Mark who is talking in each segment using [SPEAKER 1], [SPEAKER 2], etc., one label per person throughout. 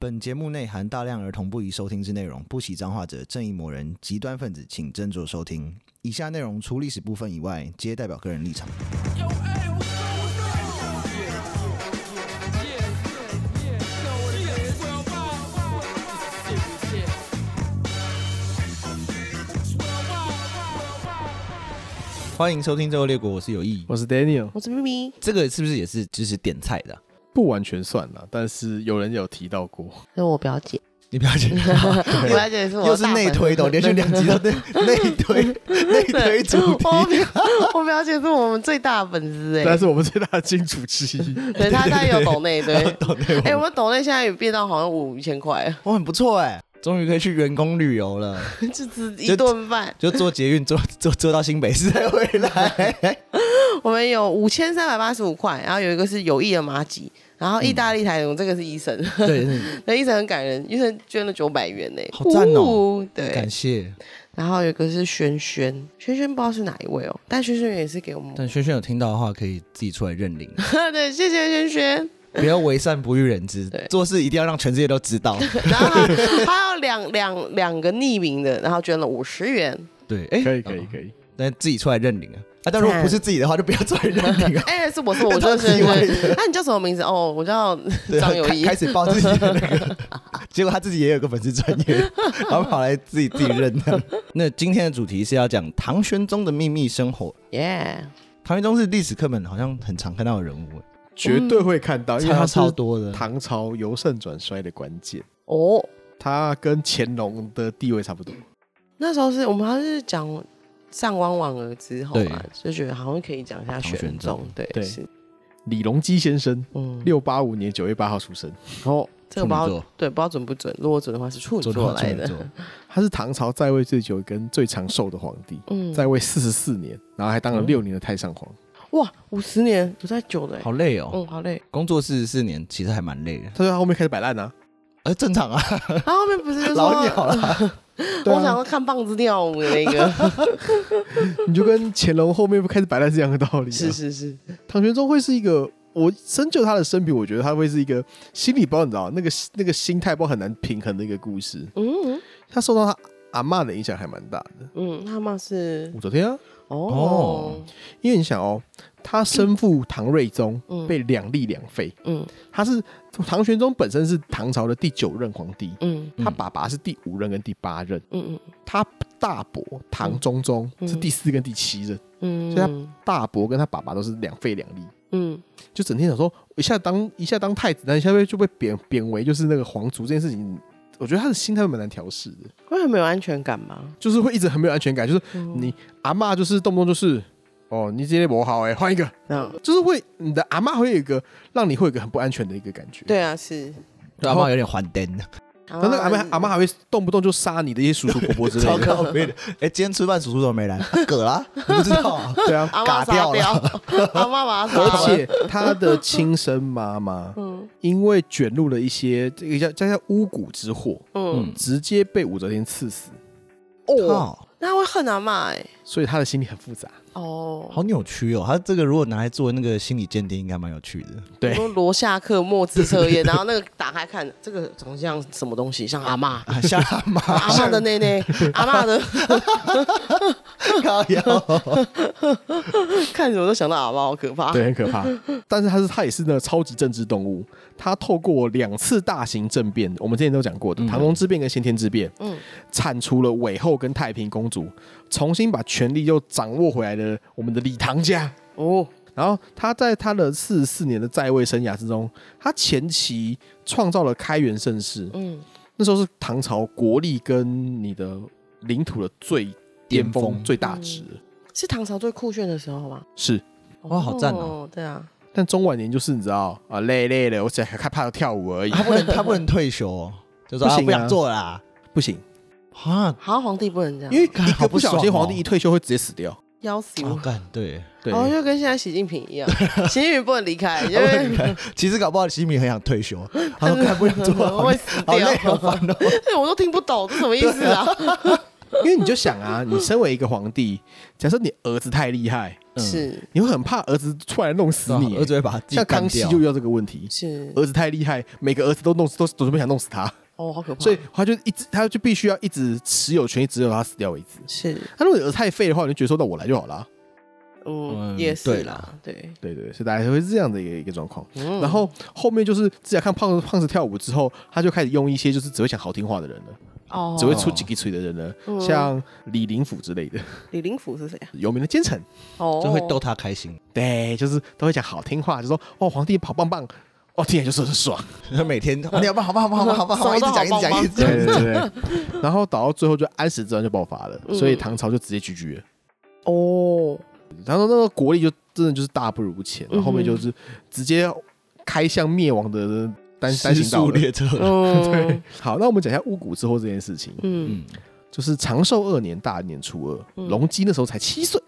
[SPEAKER 1] 本节目内含大量儿童不宜收听之内容，不喜脏话者、正义魔人、极端分子，请斟酌收听。以下内容除历史部分以外，皆代表个人立场。欢迎收听《最后列国》，我是有意。
[SPEAKER 2] 我是 Daniel，
[SPEAKER 3] 我是咪咪，
[SPEAKER 1] 这个是不是也是就是点菜的啊、
[SPEAKER 2] 不完全算了，但是有人有提到过，
[SPEAKER 3] 这是我表姐，
[SPEAKER 1] 你不要紧，
[SPEAKER 3] 我
[SPEAKER 1] 对
[SPEAKER 3] 表姐是我
[SPEAKER 1] 又是内推的哦，连续两集都内 内推内推主
[SPEAKER 3] 题我
[SPEAKER 1] 题。
[SPEAKER 3] 表 我表姐是我们最大的粉丝哎、
[SPEAKER 2] 但是我们最大的金主之 一。
[SPEAKER 3] 对她她也有抖内对，
[SPEAKER 1] 懂内
[SPEAKER 3] 哎、
[SPEAKER 1] 我
[SPEAKER 3] 我们抖内现在也变到好像五千块，
[SPEAKER 1] 我很不错哎，终于可以去员工旅游了，
[SPEAKER 3] 就吃
[SPEAKER 1] 就
[SPEAKER 3] 一顿饭，
[SPEAKER 1] 就坐捷运坐 坐坐到新北市再回来。
[SPEAKER 3] 我们有五千三百八十五块，然后有一个是有意的麻吉，然后意大利台，我、这个是医生，
[SPEAKER 1] 嗯对，
[SPEAKER 3] 那医生很感人，医生捐了九百元呢、
[SPEAKER 1] 好赞哦
[SPEAKER 3] 呜
[SPEAKER 1] 感
[SPEAKER 3] 对，
[SPEAKER 1] 谢。
[SPEAKER 3] 然后有一个是轩轩，轩轩不知道是哪一位哦，但轩轩也是给我们，
[SPEAKER 1] 但轩轩有听到的话，可以自己出来认领，
[SPEAKER 3] 对，谢谢轩轩。
[SPEAKER 1] 不要为善不欲人知
[SPEAKER 3] 对，
[SPEAKER 1] 做事一定要让全世界都知 道。
[SPEAKER 3] 然后他他有两 两两个匿名的，然后捐了五十元。。
[SPEAKER 1] 对，哎，
[SPEAKER 2] 可以可以
[SPEAKER 1] 以，
[SPEAKER 2] 可以，
[SPEAKER 1] 但自己出来认领啊。啊，但如果不是自己的话，就不要出来认领啊
[SPEAKER 3] 哎、是我是我，我就是
[SPEAKER 1] 他意外 的
[SPEAKER 3] 那你叫什么名字？哦，我叫
[SPEAKER 1] 对
[SPEAKER 3] 张友
[SPEAKER 1] 开
[SPEAKER 3] 谊
[SPEAKER 1] 开。始报自己的那 个，结果他自己也有个粉丝专 业，然后跑来自己自己认的。 那今天的主题是要讲唐玄宗的秘密生活。
[SPEAKER 3] 耶、
[SPEAKER 1] 唐玄宗是历史课本好像很常看到的人物，
[SPEAKER 2] 绝对会看到，因为
[SPEAKER 1] 超
[SPEAKER 2] 他
[SPEAKER 3] 嗯
[SPEAKER 2] 是
[SPEAKER 1] 超多的。
[SPEAKER 2] 唐朝由盛转衰的关键，
[SPEAKER 3] 哦，
[SPEAKER 2] 他跟乾隆的地位差不多。
[SPEAKER 3] 那时候是我们好像是讲上官婉儿之后嘛，就觉得好像可以讲一下
[SPEAKER 1] 唐玄
[SPEAKER 3] 玄宗
[SPEAKER 1] 宗。
[SPEAKER 3] 对，
[SPEAKER 2] 对
[SPEAKER 3] 是
[SPEAKER 2] 李隆基先生，
[SPEAKER 3] 嗯，
[SPEAKER 2] 六八五年九月八号出生，
[SPEAKER 3] 哦，这个不知
[SPEAKER 1] 处女
[SPEAKER 3] 道
[SPEAKER 1] 座
[SPEAKER 3] 对，不知道准不准。如果准的话是处女座来的。
[SPEAKER 1] 做
[SPEAKER 2] 他是唐朝在位最久跟最长寿的皇帝，
[SPEAKER 3] 嗯，
[SPEAKER 2] 在位四十四年，然后还当了六年的太上皇。
[SPEAKER 3] 哇，五十年不太久的欸。
[SPEAKER 1] 好累哦，
[SPEAKER 3] 嗯，好累。
[SPEAKER 1] 工作四十四年，其实还蛮累的。
[SPEAKER 2] 他说他后面开始摆烂啊，
[SPEAKER 1] 呃，正常 啊，
[SPEAKER 3] 然后后面不是就
[SPEAKER 1] 老鸟
[SPEAKER 3] 说，
[SPEAKER 1] 了。
[SPEAKER 2] 对
[SPEAKER 3] 我想
[SPEAKER 2] 啊，
[SPEAKER 3] 要看棒子跳舞的那 个，
[SPEAKER 2] 你就跟乾隆后面开始摆烂是一样的道理、啊。
[SPEAKER 3] 是是是，
[SPEAKER 2] 唐玄宗会是一个，我深究他的生平，我觉得他会是一个心理包，你知道那个那个心态包很难平衡的一个故事。
[SPEAKER 3] 嗯。
[SPEAKER 2] 他受到他阿嬷的影响还蛮大的。
[SPEAKER 3] 嗯，他们是
[SPEAKER 2] 武则天啊，
[SPEAKER 3] 哦，
[SPEAKER 2] 因为你想哦，他生父唐睿宗
[SPEAKER 3] 嗯
[SPEAKER 2] 被两立两废，
[SPEAKER 3] 嗯
[SPEAKER 2] 他是唐玄宗本身是唐朝的第九任皇帝，
[SPEAKER 3] 嗯
[SPEAKER 2] 他爸爸是第五任跟第八任，
[SPEAKER 3] 嗯
[SPEAKER 2] 他大伯唐中宗
[SPEAKER 3] 嗯
[SPEAKER 2] 是第四跟第七任，
[SPEAKER 3] 嗯，
[SPEAKER 2] 所以大伯跟他爸爸都是两废两立。
[SPEAKER 3] 嗯
[SPEAKER 2] 就整天想说，一下当一下当太子，但一下被就被贬贬为就是那个皇族这件事情，我觉得他的心态会蛮难调试的，
[SPEAKER 3] 会很没有安全感吧？
[SPEAKER 2] 就是会一直很没有安全感，就是
[SPEAKER 3] 嗯
[SPEAKER 2] 你阿嬷就是动不动就是。哦，你今天不好哎、换一个，
[SPEAKER 3] 那
[SPEAKER 2] 就是会你的阿嬷会有一个让你会有一个很不安全的一个感觉。，
[SPEAKER 3] 对啊是，
[SPEAKER 1] 阿妈有点还灯，
[SPEAKER 3] 然
[SPEAKER 2] 然后那个阿嬷阿嬷还会动不动就杀你的一些 叔叔伯伯之类
[SPEAKER 1] 超
[SPEAKER 2] 的。
[SPEAKER 1] 靠背 的。哎，今天吃饭叔叔怎么没来？啊葛 啦，你不知道啊？
[SPEAKER 2] 对啊，
[SPEAKER 3] 阿
[SPEAKER 1] 嘎
[SPEAKER 3] 妈
[SPEAKER 1] 掉
[SPEAKER 3] 杀掉， 阿妈把他 杀
[SPEAKER 2] 而
[SPEAKER 3] 了，
[SPEAKER 2] 且他的亲生妈妈
[SPEAKER 3] 嗯
[SPEAKER 2] 因为卷入了一些这个叫叫叫巫蛊之祸，
[SPEAKER 3] 嗯
[SPEAKER 1] 嗯，
[SPEAKER 2] 直接被武则天刺死，
[SPEAKER 3] 哦，
[SPEAKER 1] 靠，
[SPEAKER 3] 那他会恨阿妈哎
[SPEAKER 2] 所以他的心里很复杂。
[SPEAKER 3] 哦，
[SPEAKER 1] 好扭曲哦。他这个如果拿来做那个心理鉴定，应该蛮有趣的。
[SPEAKER 2] 对
[SPEAKER 3] 我说罗夏克墨汁测验，然后那个打开看，这个长像什么东西，像阿妈。
[SPEAKER 1] 啊，像阿妈，
[SPEAKER 3] 阿妈的内内，阿妈的
[SPEAKER 1] 靠腰，
[SPEAKER 3] 看什么都想到阿妈，好可怕。
[SPEAKER 2] 对，很可 怕。但是他是他也是那个超级政治动物，他透过两次大型政变，我们之前都讲过的唐隆之变跟先天之变，
[SPEAKER 3] 嗯
[SPEAKER 2] 铲除了韦后跟太平公主，重新把权力又掌握回来的我们的李唐家。
[SPEAKER 3] 哦，
[SPEAKER 2] 然后他在他的四十四年的在位生涯之中，他前期创造了开元盛世，
[SPEAKER 3] 嗯
[SPEAKER 2] 那时候是唐朝国力跟你的领土的最巅
[SPEAKER 1] 巅
[SPEAKER 2] 峰
[SPEAKER 1] 峰、
[SPEAKER 2] 最大值。
[SPEAKER 3] 嗯是唐朝最酷炫的时候吗？
[SPEAKER 2] 是，
[SPEAKER 1] 哇好赞哦！
[SPEAKER 3] 对啊，
[SPEAKER 2] 但中晚年就是你知道啊，累累了，我只害怕跳舞而已，
[SPEAKER 1] 啊他不 能，他不能退休哦，就说
[SPEAKER 2] 不
[SPEAKER 1] 啊
[SPEAKER 2] 行啊
[SPEAKER 1] 不想做啦。
[SPEAKER 2] 不行。
[SPEAKER 1] 啊，
[SPEAKER 3] 好像皇帝不能这样，
[SPEAKER 2] 因为
[SPEAKER 1] 干
[SPEAKER 2] 一
[SPEAKER 1] 好
[SPEAKER 2] 个
[SPEAKER 1] 不
[SPEAKER 2] 不
[SPEAKER 1] 爽哦
[SPEAKER 2] 小心，皇帝一退休会直接死掉。
[SPEAKER 3] 要死
[SPEAKER 1] 好
[SPEAKER 3] 我。
[SPEAKER 1] 干哦对。
[SPEAKER 2] 对，
[SPEAKER 3] 哦，就跟现在习近平 一样，习近平不能离开，因
[SPEAKER 1] 他问你
[SPEAKER 3] 为
[SPEAKER 1] 看，其实搞不好西米很想退 休，他说看不想做 了，
[SPEAKER 3] 会死
[SPEAKER 1] 好
[SPEAKER 3] 掉
[SPEAKER 1] 累，好烦哦。
[SPEAKER 3] 对 我都听不懂，这什么意 思啊？
[SPEAKER 2] 因为你就想啊，你身为一个皇帝，假设你儿子太厉害，
[SPEAKER 1] 嗯
[SPEAKER 3] 是
[SPEAKER 2] 你会很怕儿子出来弄死
[SPEAKER 3] 哦
[SPEAKER 1] 对啊
[SPEAKER 2] 你、
[SPEAKER 1] 儿子会把他自己
[SPEAKER 2] 像
[SPEAKER 1] 干
[SPEAKER 2] 康熙
[SPEAKER 1] 掉
[SPEAKER 2] 就遇到这个问题，
[SPEAKER 3] 是
[SPEAKER 1] 呃
[SPEAKER 2] 儿子太厉害，每个儿子都弄死，都都准备想弄死他，
[SPEAKER 3] 哦，好可怕，
[SPEAKER 2] 所以他就一直他就必须要一直持有权利，只有他死掉为止。
[SPEAKER 3] 是
[SPEAKER 2] 他如果有的太废的话，你就觉得说那我来就好了。
[SPEAKER 3] 嗯
[SPEAKER 1] 嗯
[SPEAKER 3] 也
[SPEAKER 1] 对
[SPEAKER 3] 是啦，对，
[SPEAKER 2] 对对，对所以大家会是这样的一个一个状况。
[SPEAKER 3] 嗯
[SPEAKER 2] 然后后面就是自己看胖子胖子跳舞之后，他就开始用一些就是只会讲好听话的人了，
[SPEAKER 3] 哦，
[SPEAKER 2] 只会出几个嘴的人了，
[SPEAKER 3] 嗯
[SPEAKER 2] 像李林甫之类的
[SPEAKER 3] 李林甫是谁啊？
[SPEAKER 2] 有名的奸臣，
[SPEAKER 3] 哦，
[SPEAKER 1] 就会逗他开心。
[SPEAKER 2] 对，就是都会讲好听话，就说哦皇帝好棒棒，哦听起来就是很爽。
[SPEAKER 1] 他每天你要不好吧，好吧，好吧，好吧，好吧，一
[SPEAKER 3] 哦什
[SPEAKER 1] 直讲，一直
[SPEAKER 3] 么都好
[SPEAKER 1] 讲，
[SPEAKER 3] 棒
[SPEAKER 1] 一直讲，一直讲。
[SPEAKER 2] 对。 然后打到最后就安史之乱就爆发了，
[SPEAKER 3] 嗯
[SPEAKER 2] 所以唐朝就直接拒绝了。
[SPEAKER 3] 哦，
[SPEAKER 2] 然后那个国力就真的就是大不如前，然后后面
[SPEAKER 3] 嗯哼
[SPEAKER 2] 就是直接开向灭亡的单单
[SPEAKER 1] 失
[SPEAKER 2] 行道
[SPEAKER 1] 速
[SPEAKER 2] 了。
[SPEAKER 1] 列车，
[SPEAKER 3] 嗯
[SPEAKER 2] 好，那我们讲一下巫蛊之后这件事情，
[SPEAKER 3] 嗯，
[SPEAKER 1] 嗯，
[SPEAKER 2] 就是长寿二年大年初二，
[SPEAKER 3] 嗯
[SPEAKER 2] 隆基那时候才七岁，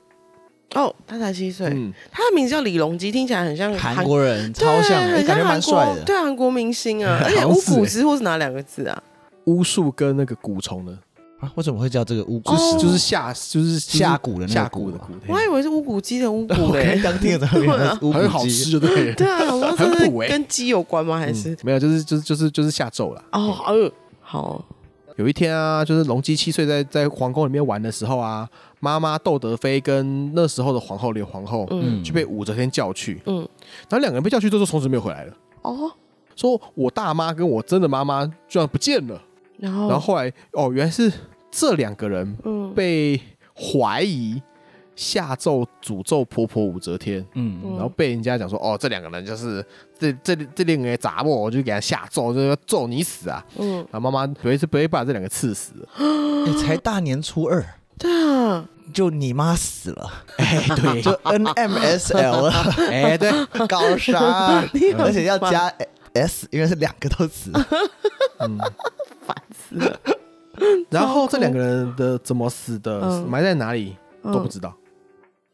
[SPEAKER 3] 哦，他才七岁，
[SPEAKER 2] 嗯，
[SPEAKER 3] 他的名字叫李隆基，听起来很像
[SPEAKER 1] 韩国人
[SPEAKER 3] 嗯对
[SPEAKER 1] 超像，
[SPEAKER 3] 很
[SPEAKER 1] 感觉
[SPEAKER 3] 像
[SPEAKER 1] 蛮
[SPEAKER 3] 韩
[SPEAKER 1] 帅
[SPEAKER 3] 国，
[SPEAKER 1] 的。
[SPEAKER 3] 对韩国明 星啊，而且
[SPEAKER 2] 好
[SPEAKER 3] 巫
[SPEAKER 2] 死欸
[SPEAKER 3] 蛊之后是哪两个字啊？
[SPEAKER 2] 巫术跟那个蛊虫呢，
[SPEAKER 1] 啊，我怎么会叫这个巫
[SPEAKER 2] 就
[SPEAKER 1] 蛊
[SPEAKER 2] 是
[SPEAKER 3] 哦
[SPEAKER 2] 就是下就是
[SPEAKER 1] 下蛊的那个
[SPEAKER 2] 下蛊的
[SPEAKER 1] 蛊啊
[SPEAKER 2] 蛊，
[SPEAKER 3] 我还以为是巫蛊鸡的巫 蛊
[SPEAKER 1] 我刚
[SPEAKER 3] 嘞
[SPEAKER 1] 才，刚听的时候，
[SPEAKER 3] 对啊
[SPEAKER 1] 巫
[SPEAKER 2] 很
[SPEAKER 1] 蛊
[SPEAKER 2] 好
[SPEAKER 1] 哎鸡
[SPEAKER 2] 吃，就对了。
[SPEAKER 3] 对啊，我说
[SPEAKER 2] 很
[SPEAKER 3] 是
[SPEAKER 2] 补欸
[SPEAKER 3] 跟鸡有关吗？还是
[SPEAKER 2] 嗯没有，就是就是就是就是下咒啦。
[SPEAKER 3] 哦，好饿好，
[SPEAKER 2] 有一天啊，就是隆基七岁在在皇宫里面玩的时候啊，妈妈窦德妃跟那时候的皇后刘皇后
[SPEAKER 3] 嗯
[SPEAKER 1] 嗯
[SPEAKER 2] 就被武则天叫去，
[SPEAKER 3] 嗯
[SPEAKER 2] 然后两个人被叫去之后，从此没有回来了。
[SPEAKER 3] 哦，
[SPEAKER 2] 说我大妈跟我真的妈妈居然不见了。
[SPEAKER 3] 然后
[SPEAKER 2] 然后后来哦，原来是这两个人
[SPEAKER 3] 嗯
[SPEAKER 2] 被怀疑下咒诅咒婆婆武则天，
[SPEAKER 1] 嗯，
[SPEAKER 2] 然后被人家讲说哦，这两个人就是这这这两个杂货，我就给他下咒，就是要咒你死啊。
[SPEAKER 3] 嗯，
[SPEAKER 2] 然后妈妈不会是不会把这两个刺死了。
[SPEAKER 1] 哎才大年初二。
[SPEAKER 3] 对啊，
[SPEAKER 1] 就你妈死了，
[SPEAKER 2] 哎，对，
[SPEAKER 1] 就 NMSL 了，
[SPEAKER 2] 哎对，
[SPEAKER 1] 搞啥？
[SPEAKER 3] 你很
[SPEAKER 1] 而且要加 S，因为是两个都死。
[SPEAKER 2] 嗯 然后这两个人的怎么死的，
[SPEAKER 3] 嗯
[SPEAKER 2] 埋在哪里
[SPEAKER 3] 嗯
[SPEAKER 2] 都不知道，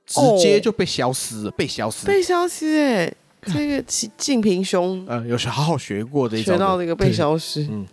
[SPEAKER 2] 直接就被消失了，被消失。
[SPEAKER 3] 哦被消失哎，这个习近平兄
[SPEAKER 2] 呃，有学好好学过这一
[SPEAKER 3] 学到
[SPEAKER 2] 招的。
[SPEAKER 3] 那个被消失
[SPEAKER 2] 嗯，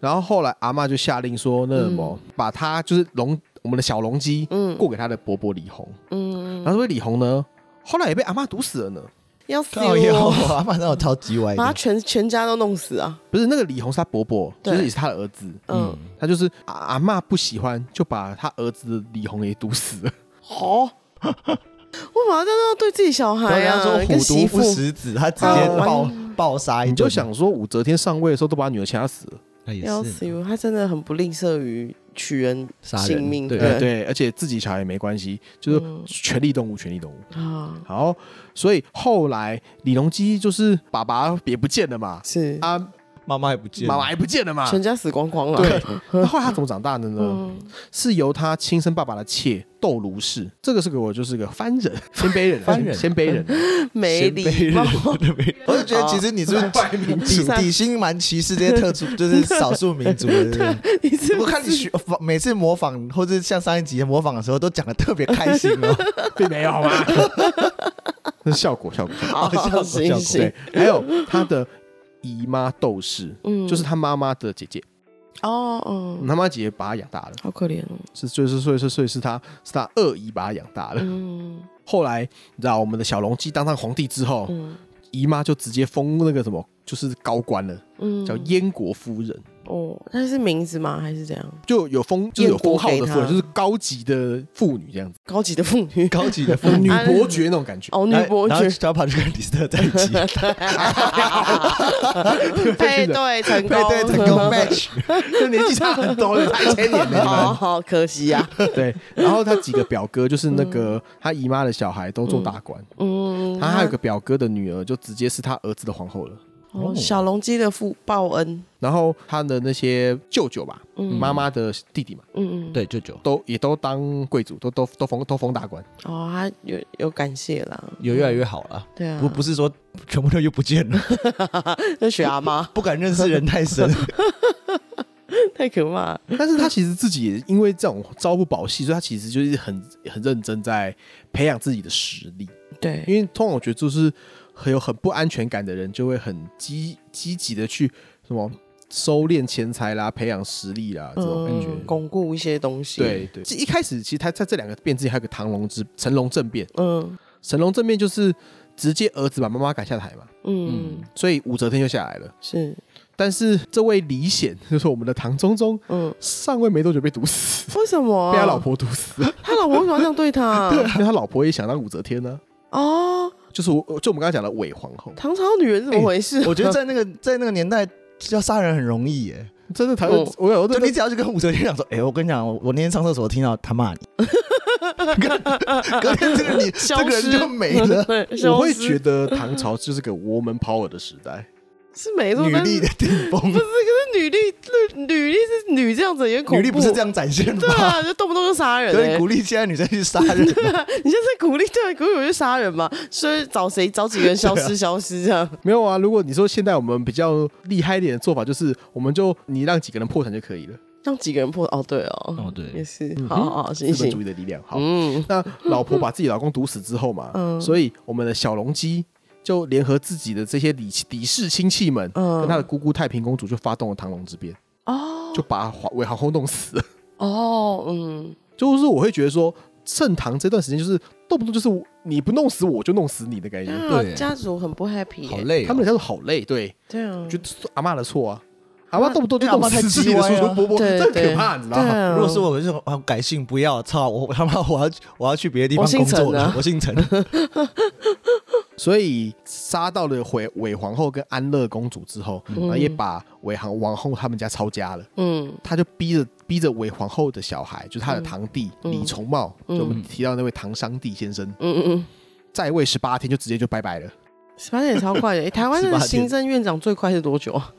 [SPEAKER 2] 然后后来阿嬷就下令说，那什么，把他就是龙我们的小龙鸡
[SPEAKER 3] 嗯
[SPEAKER 2] 过给他的伯伯李弘，
[SPEAKER 3] 嗯，
[SPEAKER 2] 然后这位李弘呢，后来也被阿嬷毒死了呢。
[SPEAKER 3] 要死
[SPEAKER 1] 靠腰
[SPEAKER 3] 我，
[SPEAKER 1] 啊，反正我超级歪
[SPEAKER 3] 把他
[SPEAKER 1] 的。
[SPEAKER 3] 全全家都弄死啊，
[SPEAKER 2] 不是那个李弘是他伯伯，
[SPEAKER 3] 对
[SPEAKER 2] 就是也是他的儿子。
[SPEAKER 3] 嗯，
[SPEAKER 2] 他就是阿阿嬷不喜欢，就把他儿子的李弘给毒死了。
[SPEAKER 3] 好，我马上要对自己小
[SPEAKER 1] 然后
[SPEAKER 3] 孩
[SPEAKER 1] 人家
[SPEAKER 3] 啊
[SPEAKER 1] 说，
[SPEAKER 3] 跟
[SPEAKER 1] 虎
[SPEAKER 3] 媳
[SPEAKER 1] 毒
[SPEAKER 3] 妇
[SPEAKER 1] 不食子，他直接
[SPEAKER 3] 哦
[SPEAKER 1] 爆爆杀一顿，
[SPEAKER 2] 你就想说武则天上位的时候都把女儿掐死了，
[SPEAKER 1] 哎也
[SPEAKER 3] 要
[SPEAKER 1] 是
[SPEAKER 3] 死我，他真的很不吝啬于取人
[SPEAKER 1] 杀人
[SPEAKER 3] 性命，
[SPEAKER 1] 对
[SPEAKER 2] 呃对，而且自己小孩也没关系，就是
[SPEAKER 3] 嗯
[SPEAKER 2] 权力动物，权力动物。
[SPEAKER 3] 啊，
[SPEAKER 2] 好，所以后来李隆基就是爸爸也不见了嘛，
[SPEAKER 3] 是
[SPEAKER 2] 啊，
[SPEAKER 1] 妈妈也不见了，
[SPEAKER 2] 妈妈也不见了嘛。
[SPEAKER 3] 全家死光光了，
[SPEAKER 2] 啊对，那后来他怎么长大的呢？
[SPEAKER 3] 嗯，
[SPEAKER 2] 是由他亲生爸爸的妾窦卢氏，这个是给我就是个番人，鲜卑人，啊
[SPEAKER 1] 番人
[SPEAKER 2] 鲜卑人，
[SPEAKER 3] 没礼貌，
[SPEAKER 1] 我就觉得其实你是不
[SPEAKER 2] 外民
[SPEAKER 1] 是底底薪蛮歧视这些特殊，就是少数民族的。对不对
[SPEAKER 3] 你是
[SPEAKER 1] 我
[SPEAKER 3] 不
[SPEAKER 1] 看你学呃每次模仿，或者像上一集模仿的时候，都讲的特别开心哦。
[SPEAKER 2] 并没有好吗？ 那是效果，效果。
[SPEAKER 3] 好
[SPEAKER 1] 好像是效
[SPEAKER 3] 行
[SPEAKER 1] 果
[SPEAKER 3] 行
[SPEAKER 2] 对，，还有他的姨妈窦氏，
[SPEAKER 3] 嗯
[SPEAKER 2] 就是他妈妈的姐姐，
[SPEAKER 3] 哦，嗯，
[SPEAKER 2] 他妈姐姐把他养大了，
[SPEAKER 3] 好可怜哦，
[SPEAKER 2] 是就是所以是所以是他是他二姨把他养大了。
[SPEAKER 3] 嗯
[SPEAKER 2] 后来你知道我们的小隆基当上皇帝之后，
[SPEAKER 3] 嗯
[SPEAKER 2] 姨妈就直接封那个什么，就是高官了，
[SPEAKER 3] 嗯，
[SPEAKER 2] 叫燕国夫人，
[SPEAKER 3] 哦，那是名字吗？还是怎样？
[SPEAKER 2] 就有封就是有封号的夫
[SPEAKER 3] 燕国给
[SPEAKER 2] 人，
[SPEAKER 3] 她
[SPEAKER 2] 就是高级的妇女这样子，
[SPEAKER 3] 高级的妇女，
[SPEAKER 1] 高级
[SPEAKER 3] 嗯
[SPEAKER 1] 的
[SPEAKER 2] 女伯爵那种感觉。
[SPEAKER 3] 哦，女伯
[SPEAKER 1] 然后
[SPEAKER 3] 爵，
[SPEAKER 1] 他跑去跟李斯特在一 起，
[SPEAKER 3] 配对成
[SPEAKER 1] 配
[SPEAKER 3] 功，
[SPEAKER 1] 对成功 match，
[SPEAKER 2] 这年纪差很多了，差一千年了。
[SPEAKER 3] 好好可惜啊，
[SPEAKER 2] 对，然后他几个表哥，就是那个他姨妈的小孩都做大官，
[SPEAKER 3] 嗯，
[SPEAKER 2] 啊他还有个表哥的女儿，就直接是他儿子的皇后了。
[SPEAKER 3] 哦小龙鸡的父报恩，
[SPEAKER 2] 然后他的那些舅舅吧，
[SPEAKER 3] 嗯
[SPEAKER 2] 妈妈的弟弟嘛，
[SPEAKER 3] 嗯嗯，
[SPEAKER 1] 对舅舅
[SPEAKER 2] 都也都当贵族，都都都封都封大官。
[SPEAKER 3] 哦，他有有感谢啦，
[SPEAKER 1] 有越来越好了。
[SPEAKER 3] 对啊，
[SPEAKER 1] 不不是说全部都又不见了，
[SPEAKER 3] 那雪阿 妈
[SPEAKER 1] 不敢认识人太深。
[SPEAKER 3] 太可怕了，
[SPEAKER 2] 但是他其实自己也因为这种朝不保夕，所以他其实就是很很认真在培养自己的实力。
[SPEAKER 3] 对，
[SPEAKER 2] 因为通常我觉得就是很有很不安全感的人，就会很积积极的去什么收敛钱财啦，培养实力啦这种感觉。
[SPEAKER 3] 嗯，巩固一些东西，
[SPEAKER 2] 对，对，一开始其实他在这两个变之前还有个唐龙之成龙政变，
[SPEAKER 3] 嗯，
[SPEAKER 2] 神龙正面就是直接儿子把妈妈赶下台嘛，
[SPEAKER 3] 嗯，
[SPEAKER 2] 所以武则天就下来了。
[SPEAKER 3] 是，
[SPEAKER 2] 但是这位李显，就是我们的唐中宗，
[SPEAKER 3] 嗯，
[SPEAKER 2] 上位没多久被毒死，
[SPEAKER 3] 为什么、
[SPEAKER 2] 被他老，婆毒死，啊
[SPEAKER 3] 他老婆为什么要这样对他、
[SPEAKER 2] 因为他老婆也想当武则天呢、
[SPEAKER 3] 哦，
[SPEAKER 2] 就是我，就我们刚才讲的伪皇后，
[SPEAKER 3] 唐朝女人怎么回事？
[SPEAKER 1] 我觉得在那个在那个年代。要杀人很容易耶，
[SPEAKER 2] 真的唐，
[SPEAKER 3] 嗯
[SPEAKER 2] 我有
[SPEAKER 1] 就
[SPEAKER 2] 真
[SPEAKER 1] 你
[SPEAKER 2] 的
[SPEAKER 1] 只要去跟武则天讲说，哎、我跟你讲，我我那天上厕所听到他骂 你，隔天这个你 这
[SPEAKER 3] 消
[SPEAKER 1] 个人
[SPEAKER 3] 失，
[SPEAKER 1] 就没了
[SPEAKER 3] 对，
[SPEAKER 2] 我会
[SPEAKER 3] 消失
[SPEAKER 2] 觉得唐朝就是个 woman power 的时代，
[SPEAKER 3] 是没错，
[SPEAKER 1] 女
[SPEAKER 3] 但是
[SPEAKER 1] 力的顶 峰
[SPEAKER 3] 不，是，可是女力，女女力是女这样子也很恐怖，
[SPEAKER 1] 女力不是这，样展现的
[SPEAKER 3] 对
[SPEAKER 1] 吗？
[SPEAKER 3] 啊，就动不动就杀人、
[SPEAKER 1] 有点
[SPEAKER 3] 欸，
[SPEAKER 1] 鼓励现在女生去杀人啊，
[SPEAKER 3] 你现在鼓励对，鼓励我去杀人嘛，所以找谁找几个人消失消失 这样，
[SPEAKER 2] 没有啊。如果你说现在我们比较厉害一点的做法，就是我们就你让几个人破产就可以了，
[SPEAKER 3] 让几个人破 哦，对哦，
[SPEAKER 1] 哦对
[SPEAKER 3] 也是，
[SPEAKER 2] 嗯
[SPEAKER 3] 好好好，行
[SPEAKER 2] 资本主
[SPEAKER 3] 行，
[SPEAKER 2] 义的力量。好，
[SPEAKER 3] 嗯，
[SPEAKER 2] 那老婆把自己老公毒死之后嘛，
[SPEAKER 3] 嗯
[SPEAKER 2] 所以我们的小龙姬就联合自己的这些李李氏亲戚们，
[SPEAKER 3] 嗯
[SPEAKER 2] 跟她的姑姑太平公主就发动了唐龙之变，
[SPEAKER 3] 哦
[SPEAKER 2] 就把华韦皇后弄死了。
[SPEAKER 3] 哦，嗯，
[SPEAKER 2] 就是我会觉得说，盛唐这段时间就是动不动就是我你不弄死我就弄死你的概念，啊
[SPEAKER 3] 啊
[SPEAKER 1] 嗯对
[SPEAKER 3] 家族很不 happy，欸、
[SPEAKER 1] 累哦
[SPEAKER 2] 他们的家族好累，对，
[SPEAKER 3] 对啊，
[SPEAKER 2] 觉得是阿妈的错啊。阿妈动不动就
[SPEAKER 1] 因为阿嬷
[SPEAKER 2] 弄死
[SPEAKER 1] 太
[SPEAKER 2] 自己的
[SPEAKER 1] 叽歪
[SPEAKER 2] 叔
[SPEAKER 1] 啊
[SPEAKER 2] 叔伯伯，
[SPEAKER 3] 对
[SPEAKER 2] 这很
[SPEAKER 3] 对
[SPEAKER 2] 可怕，你知
[SPEAKER 3] 对
[SPEAKER 2] 道吗？
[SPEAKER 3] 啊，
[SPEAKER 1] 如果是我，我就说啊改姓不要，操我他妈我要我要去别的地
[SPEAKER 3] 我
[SPEAKER 1] 方
[SPEAKER 3] 姓
[SPEAKER 1] 工
[SPEAKER 3] 陈
[SPEAKER 1] 作了
[SPEAKER 3] 啊，
[SPEAKER 1] 我姓陈，
[SPEAKER 2] 所以杀到了韦韦皇后跟安乐公主之后，然后也把韦皇王后他们家抄家了。
[SPEAKER 3] 嗯
[SPEAKER 2] 他就逼着逼着韦皇后的小孩，就是他的堂弟、
[SPEAKER 3] 嗯
[SPEAKER 2] 李重茂，
[SPEAKER 3] 嗯
[SPEAKER 2] 就我们提到那位唐商帝先生，
[SPEAKER 3] 嗯嗯嗯。
[SPEAKER 2] 在位十八天就直接就拜拜了。
[SPEAKER 3] 十八点超快的，诶台湾
[SPEAKER 1] 18
[SPEAKER 3] 的
[SPEAKER 1] 天
[SPEAKER 3] 行政院长最快是多久啊？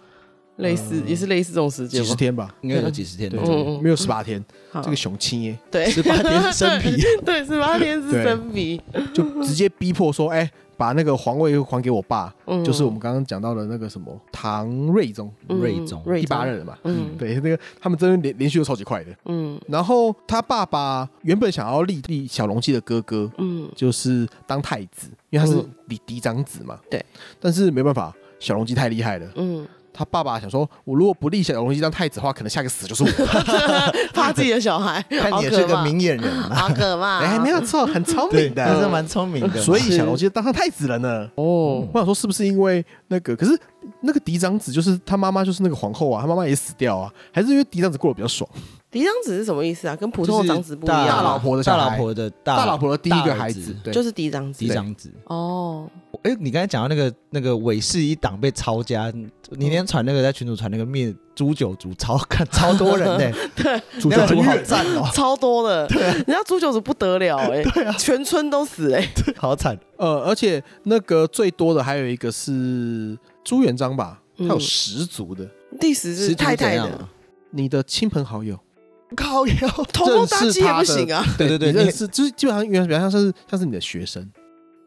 [SPEAKER 3] 类似、也是类似这种时间
[SPEAKER 2] 几
[SPEAKER 3] 吗
[SPEAKER 2] 十？天吧，
[SPEAKER 1] 应该有几十天
[SPEAKER 2] 对，
[SPEAKER 3] 嗯嗯
[SPEAKER 2] 没有十八天，
[SPEAKER 3] 好
[SPEAKER 2] 这个熊青耶
[SPEAKER 3] 对
[SPEAKER 1] 十八天生皮，
[SPEAKER 3] 对， 十八天是
[SPEAKER 2] 对
[SPEAKER 3] 生皮，
[SPEAKER 2] 就直接逼迫说，哎、把那个皇位还给我爸，
[SPEAKER 3] 嗯
[SPEAKER 2] 就是我们刚刚讲到的那个什么唐睿宗
[SPEAKER 3] 嗯
[SPEAKER 1] 瑞宗
[SPEAKER 3] 瑞
[SPEAKER 2] 第八任了嘛。
[SPEAKER 3] 嗯
[SPEAKER 2] 对，那个他们真的连连续都超级快的。
[SPEAKER 3] 嗯
[SPEAKER 2] 然后他爸爸原本想要立立小龙姬的哥哥，
[SPEAKER 3] 嗯，
[SPEAKER 2] 就是当太子，因为他是
[SPEAKER 3] 嗯
[SPEAKER 2] 嫡嫡长子嘛。
[SPEAKER 3] 对，
[SPEAKER 2] 但是没办法，小龙姬太厉害了。
[SPEAKER 3] 嗯，
[SPEAKER 2] 他爸爸想说，我如果不立小龙姬当太子的话，可能下个死就是我。
[SPEAKER 3] 怕自己的小孩，
[SPEAKER 1] 看你也是个明眼人 啊，
[SPEAKER 3] 好可怕，
[SPEAKER 2] 哎，没有错，很聪
[SPEAKER 1] 对，
[SPEAKER 2] 明
[SPEAKER 1] 还是
[SPEAKER 2] 的。
[SPEAKER 1] 蛮聪明的嘛，
[SPEAKER 2] 所以小龙姬当上太子了呢。
[SPEAKER 3] 哦，
[SPEAKER 2] 我想说，是不是因为那个？可是那个嫡长子就是他妈妈，就是那个皇后啊，他妈妈也死掉啊，还是因为嫡长子过得比较爽？
[SPEAKER 3] 嫡长子是什么意思啊？跟普通的长子不一
[SPEAKER 1] 就是
[SPEAKER 3] 样
[SPEAKER 2] 大
[SPEAKER 3] 啊，
[SPEAKER 2] 老婆的小孩
[SPEAKER 1] 大老婆的大
[SPEAKER 2] 大老婆的第一个
[SPEAKER 1] 大
[SPEAKER 2] 孩
[SPEAKER 1] 儿
[SPEAKER 2] 子
[SPEAKER 1] 子，
[SPEAKER 2] 对，
[SPEAKER 3] 就是嫡长子
[SPEAKER 1] 嫡长子。
[SPEAKER 3] 哦，
[SPEAKER 1] 哎、你刚才讲到那个那个韦氏一党被抄家，你那天传那个在群主传那个灭诛九族，超看超多人 呢、
[SPEAKER 2] 主
[SPEAKER 1] 那个
[SPEAKER 2] 角很
[SPEAKER 1] 族好
[SPEAKER 2] 远
[SPEAKER 1] 赞哦、
[SPEAKER 3] 超多的，人家朱九子不得了哎，全村都死哎，
[SPEAKER 1] 好惨。
[SPEAKER 2] 呃，而且那个最多的还有一个是朱元璋吧，他有
[SPEAKER 3] 嗯
[SPEAKER 2] 十族的，
[SPEAKER 3] 第十是 太太
[SPEAKER 1] 十族怎样
[SPEAKER 3] 的
[SPEAKER 1] 啊，
[SPEAKER 2] 你的亲朋好友。
[SPEAKER 1] 靠腰，
[SPEAKER 3] 头目搭机也不行啊，
[SPEAKER 1] 对对对，
[SPEAKER 2] 你认
[SPEAKER 1] 你
[SPEAKER 2] 识就是基本上原比较像是像是你的学生，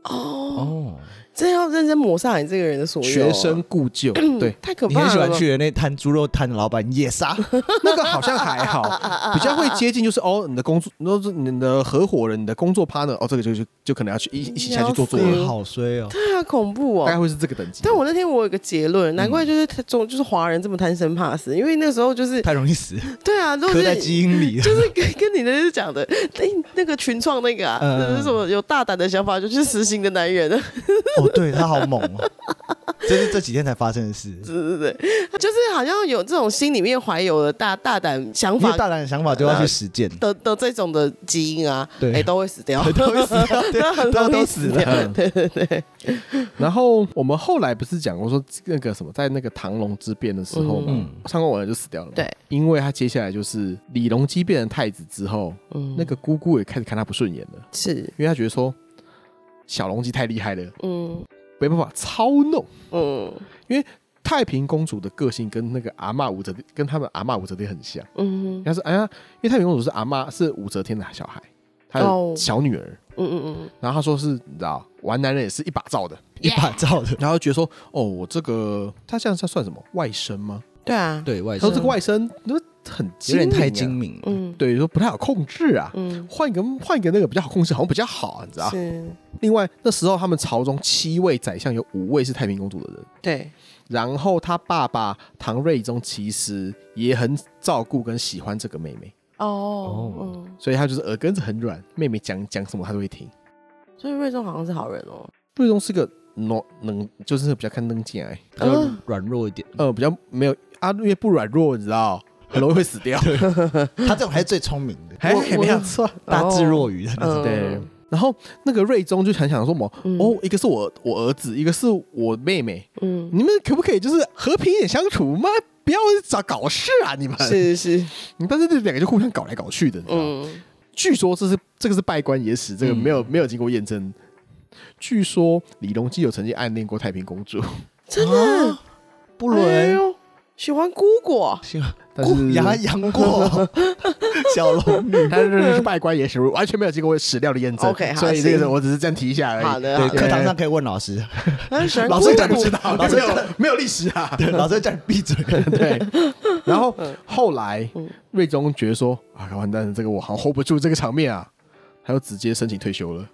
[SPEAKER 3] 哦，
[SPEAKER 1] 哦，
[SPEAKER 3] 真要认真抹杀你这个人的所
[SPEAKER 1] 啊
[SPEAKER 3] 有，
[SPEAKER 2] 学
[SPEAKER 3] 啊
[SPEAKER 2] 生故 旧，对，
[SPEAKER 3] 太可
[SPEAKER 1] 你
[SPEAKER 3] 怕了，
[SPEAKER 1] 很喜欢去的那摊猪肉摊的老板也杀，
[SPEAKER 2] 那个好像还 好，比较会接近就是哦，你的工作，那是你的合伙人，你的工作 partner，哦，这个就就就可能要去一一起下去做作
[SPEAKER 3] 对
[SPEAKER 1] 也
[SPEAKER 2] 业，
[SPEAKER 1] 好衰哦。
[SPEAKER 3] 对啊，恐怖哦，
[SPEAKER 2] 大概会是这个等级。
[SPEAKER 3] 但我那天我有个结
[SPEAKER 1] 嗯
[SPEAKER 3] 论，难怪就是他总就是华人这么贪生怕死，因为那个时候就是
[SPEAKER 1] 太容易死，
[SPEAKER 3] 对啊，都
[SPEAKER 1] 嗯刻在
[SPEAKER 3] 是
[SPEAKER 1] 基因里。
[SPEAKER 3] 就是跟跟你那是讲的，哎、那个群创那个啊，
[SPEAKER 1] 嗯
[SPEAKER 3] 那是什么有大胆的想法就去实行的男人，啊
[SPEAKER 1] 哦，对他好猛哦，这是这几天才发生的事。
[SPEAKER 3] 对对对，就是好像有这种心里面怀有的大大胆想
[SPEAKER 1] 你有
[SPEAKER 3] 法
[SPEAKER 1] 大胆的想法就要去实践，
[SPEAKER 3] 的的这种的基因啊，
[SPEAKER 1] 对
[SPEAKER 3] 哎、都会死掉，
[SPEAKER 1] 都会死掉，
[SPEAKER 3] 那很
[SPEAKER 1] 对，
[SPEAKER 3] 容 易
[SPEAKER 1] 都都
[SPEAKER 3] 死
[SPEAKER 1] 死 了。
[SPEAKER 2] 嗯然后我们后来不是讲过说那个什么，在那个唐龙之变的时候嘛，
[SPEAKER 1] 嗯
[SPEAKER 2] 上官婉儿就死掉了嘛。
[SPEAKER 3] 对，
[SPEAKER 2] 因为他接下来就是李隆基变成太子之后，
[SPEAKER 3] 嗯
[SPEAKER 2] 那个姑姑也开始看他不顺眼了，
[SPEAKER 3] 是，
[SPEAKER 2] 因为他觉得说小隆基太厉害了，
[SPEAKER 3] 嗯
[SPEAKER 2] 没办法操弄。
[SPEAKER 3] 嗯
[SPEAKER 2] 太平公主的个性跟那个阿嬷武则天，跟他们阿嬷武则天很像。
[SPEAKER 3] 嗯
[SPEAKER 2] 她是哎呀，因为太平公主是阿嬷，是武则天的小孩，她
[SPEAKER 3] 哦
[SPEAKER 2] 的小女儿。
[SPEAKER 3] 嗯嗯
[SPEAKER 2] 然后她说是，你知道，玩男人也是一把照的。
[SPEAKER 1] 一把照的，
[SPEAKER 2] 然后觉得说，哦，我这个她这样算算什么外甥吗？
[SPEAKER 3] 嗯，对啊，
[SPEAKER 1] 对外
[SPEAKER 2] 她说
[SPEAKER 1] 甥
[SPEAKER 2] 这个外甥，那很
[SPEAKER 1] 有
[SPEAKER 2] 精
[SPEAKER 1] 点太
[SPEAKER 2] 明啊
[SPEAKER 1] 精，明了。
[SPEAKER 3] 嗯
[SPEAKER 2] 对，说不太好控制啊。
[SPEAKER 3] 嗯
[SPEAKER 2] 换一个换一个那个比较好控制，好像比较好、啊，你知道？
[SPEAKER 3] 是，
[SPEAKER 2] 另外那时候他们朝中七位宰相有五位是太平公主的人，
[SPEAKER 3] 对，
[SPEAKER 2] 然后他爸爸唐睿宗其实也很照顾跟喜欢这个妹妹，
[SPEAKER 3] 哦，嗯。
[SPEAKER 2] 所以他就是耳根子很软，妹妹讲讲什么他都会听。
[SPEAKER 3] 所以瑞宗好像是好人哦。
[SPEAKER 2] 瑞宗是个能能，就是比较看灯见哎，
[SPEAKER 1] 他就
[SPEAKER 3] 哦
[SPEAKER 1] 软弱一点，
[SPEAKER 2] 呃，比较没有阿月不软弱，你知道，很容易会死掉，
[SPEAKER 1] 他这种还是最聪明的，
[SPEAKER 2] 还
[SPEAKER 3] 我
[SPEAKER 2] 没有错。
[SPEAKER 1] 大智若愚的那种。
[SPEAKER 3] 嗯
[SPEAKER 2] 对，然后那个瑞宗就很想说什么，
[SPEAKER 3] 嗯
[SPEAKER 2] 哦，一个是我我儿子，一个是我妹妹，
[SPEAKER 3] 嗯，
[SPEAKER 2] 你们可不可以就是和平一点相处吗？不要找搞事啊！你们，
[SPEAKER 3] 是是，
[SPEAKER 2] 但是这两个就互相搞来搞去的。嗯，
[SPEAKER 3] 嗯
[SPEAKER 2] 据说这是这个是拜官野史，这个没有、没有经过验证。据说李隆基有曾经暗恋过太平公主，，
[SPEAKER 3] 真的
[SPEAKER 1] 啊，不
[SPEAKER 3] 哎
[SPEAKER 1] 伦，
[SPEAKER 3] 呦，喜欢姑哦果，
[SPEAKER 1] 行，
[SPEAKER 2] 但是
[SPEAKER 1] 牙杨 过小龙女，
[SPEAKER 2] 但是这是拜官野史，完全没有经过史料的验证。
[SPEAKER 3] OK，好
[SPEAKER 2] 所以这个是
[SPEAKER 3] 行
[SPEAKER 2] 我只是这样提一下而已。
[SPEAKER 3] 好的
[SPEAKER 1] 对
[SPEAKER 2] 可
[SPEAKER 3] 好，的，
[SPEAKER 1] 课堂上可以问老师，
[SPEAKER 3] 他嗯喜欢
[SPEAKER 1] 老
[SPEAKER 3] 姑
[SPEAKER 1] 师
[SPEAKER 3] 果
[SPEAKER 1] 讲
[SPEAKER 2] 不知道，
[SPEAKER 1] 老师
[SPEAKER 2] 没有没有历史啊。
[SPEAKER 1] 对，老师会叫你 闭嘴。
[SPEAKER 2] 对，然后后来
[SPEAKER 3] 嗯
[SPEAKER 2] 瑞宗觉得说啊，完蛋了，这个我好像 hold 不住这个场面啊，他就直接申请退休了。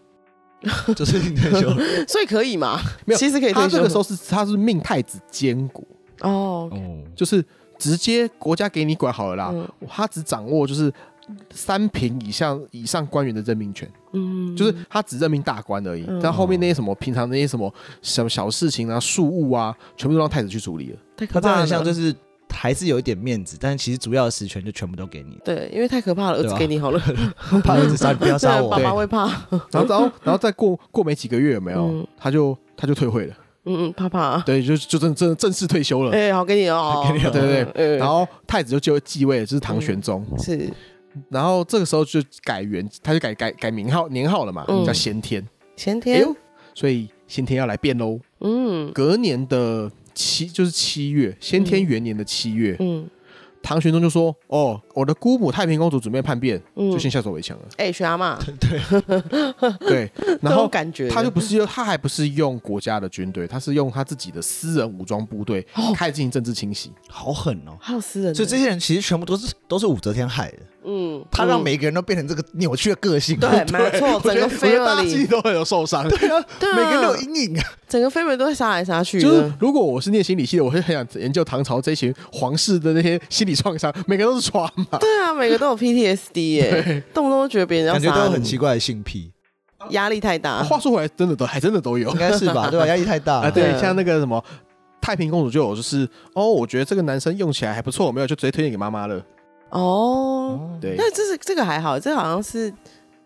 [SPEAKER 1] 就是你退休
[SPEAKER 3] 所以可以嘛？
[SPEAKER 2] 没有
[SPEAKER 3] 其实可以退
[SPEAKER 2] 他这
[SPEAKER 3] 休
[SPEAKER 2] 个时候是他是命太子监国，
[SPEAKER 3] 哦，
[SPEAKER 1] 哦，
[SPEAKER 2] 就是直接国家给你管好了啦，
[SPEAKER 3] 嗯
[SPEAKER 2] 他只掌握就是。三品以上以上官员的任命权，
[SPEAKER 3] 嗯，
[SPEAKER 2] 就是他只任命大官而已。但后面那些什么平常那些什么小小事情啊、庶务啊，全部都让太子去处理了。
[SPEAKER 3] 太
[SPEAKER 4] 他
[SPEAKER 3] 可
[SPEAKER 4] 这样
[SPEAKER 3] 怕了，，
[SPEAKER 4] 很像就是还是有一点面子，但其实主要的实权就全部都给你
[SPEAKER 3] 对，因为太可怕了，儿
[SPEAKER 4] 对
[SPEAKER 3] 子
[SPEAKER 4] 吧
[SPEAKER 3] 给你好了，
[SPEAKER 1] 怕儿子杀你，不要杀
[SPEAKER 3] 对，
[SPEAKER 1] 我
[SPEAKER 3] 爸。
[SPEAKER 2] 对
[SPEAKER 3] 爸会怕，
[SPEAKER 2] 然后，然后，然后再过过没几个月，有没有？
[SPEAKER 3] 嗯
[SPEAKER 2] 他就他就退会了，
[SPEAKER 3] 嗯嗯，怕怕啊，
[SPEAKER 2] 对，就就正正正式退休了。
[SPEAKER 3] 哎，好给你哦，
[SPEAKER 1] 给你哦
[SPEAKER 2] 对对
[SPEAKER 3] 对嗯
[SPEAKER 2] 然后太子就就继位，就是唐玄宗。
[SPEAKER 3] 是
[SPEAKER 2] 然后这个时候就改元，他就改改改名号年号了嘛，
[SPEAKER 3] 嗯
[SPEAKER 2] 叫先天。
[SPEAKER 3] 前
[SPEAKER 2] 哎
[SPEAKER 3] 天
[SPEAKER 2] 呦，，所以先天要来变喽。
[SPEAKER 3] 嗯
[SPEAKER 2] 隔年的七就是七月，先天元年的七月，
[SPEAKER 3] 嗯
[SPEAKER 2] 唐玄宗就说：“哦，我的姑母太平公主准备叛变，就
[SPEAKER 3] 嗯，
[SPEAKER 2] 先下手为强了。
[SPEAKER 3] 哎，学阿妈，
[SPEAKER 2] 对，然
[SPEAKER 3] 这种
[SPEAKER 2] 后
[SPEAKER 3] 感觉，
[SPEAKER 2] 他就不是用，他还不是用国家的军队，他是用他自己的私人武装部队
[SPEAKER 3] 哦
[SPEAKER 2] 开始进行政治清洗。
[SPEAKER 1] 好狠哦！
[SPEAKER 3] 还有私人的，
[SPEAKER 1] 所以这些人其实全部都是都是武则天害的，
[SPEAKER 3] 嗯，
[SPEAKER 1] 她让
[SPEAKER 3] 嗯
[SPEAKER 1] 每个人都变成这个扭曲的个性。
[SPEAKER 3] 对，没错，整个
[SPEAKER 2] 我觉得大家自己
[SPEAKER 3] family，
[SPEAKER 2] 都很有受伤。对啊，
[SPEAKER 3] 对啊
[SPEAKER 1] 每个人都有阴影啊！
[SPEAKER 3] 整个 family 都会杀来杀去的，
[SPEAKER 2] 就是如果我是念心理系的，我会很想研究唐朝这群皇室的那些心理创伤，每个都是创嘛。
[SPEAKER 3] 对啊，每个都有 PTSD 耶，动不动就觉得别人要
[SPEAKER 1] 感觉
[SPEAKER 3] 杀
[SPEAKER 1] 都有很
[SPEAKER 3] 你
[SPEAKER 1] 奇怪的性癖，
[SPEAKER 3] 压力太大，
[SPEAKER 2] 话说回来，真的都还真的都有
[SPEAKER 1] 应该是吧？对吧？压力太大
[SPEAKER 2] 啊。
[SPEAKER 1] 了。
[SPEAKER 2] 对，
[SPEAKER 3] 对
[SPEAKER 2] 像那个什么太平公主就有，就是哦，我觉得这个男生用起来还不错，没有就直接推荐给妈妈了。
[SPEAKER 3] 哦。
[SPEAKER 1] 哦，
[SPEAKER 2] 对，
[SPEAKER 3] 那这是这个还好，这好像是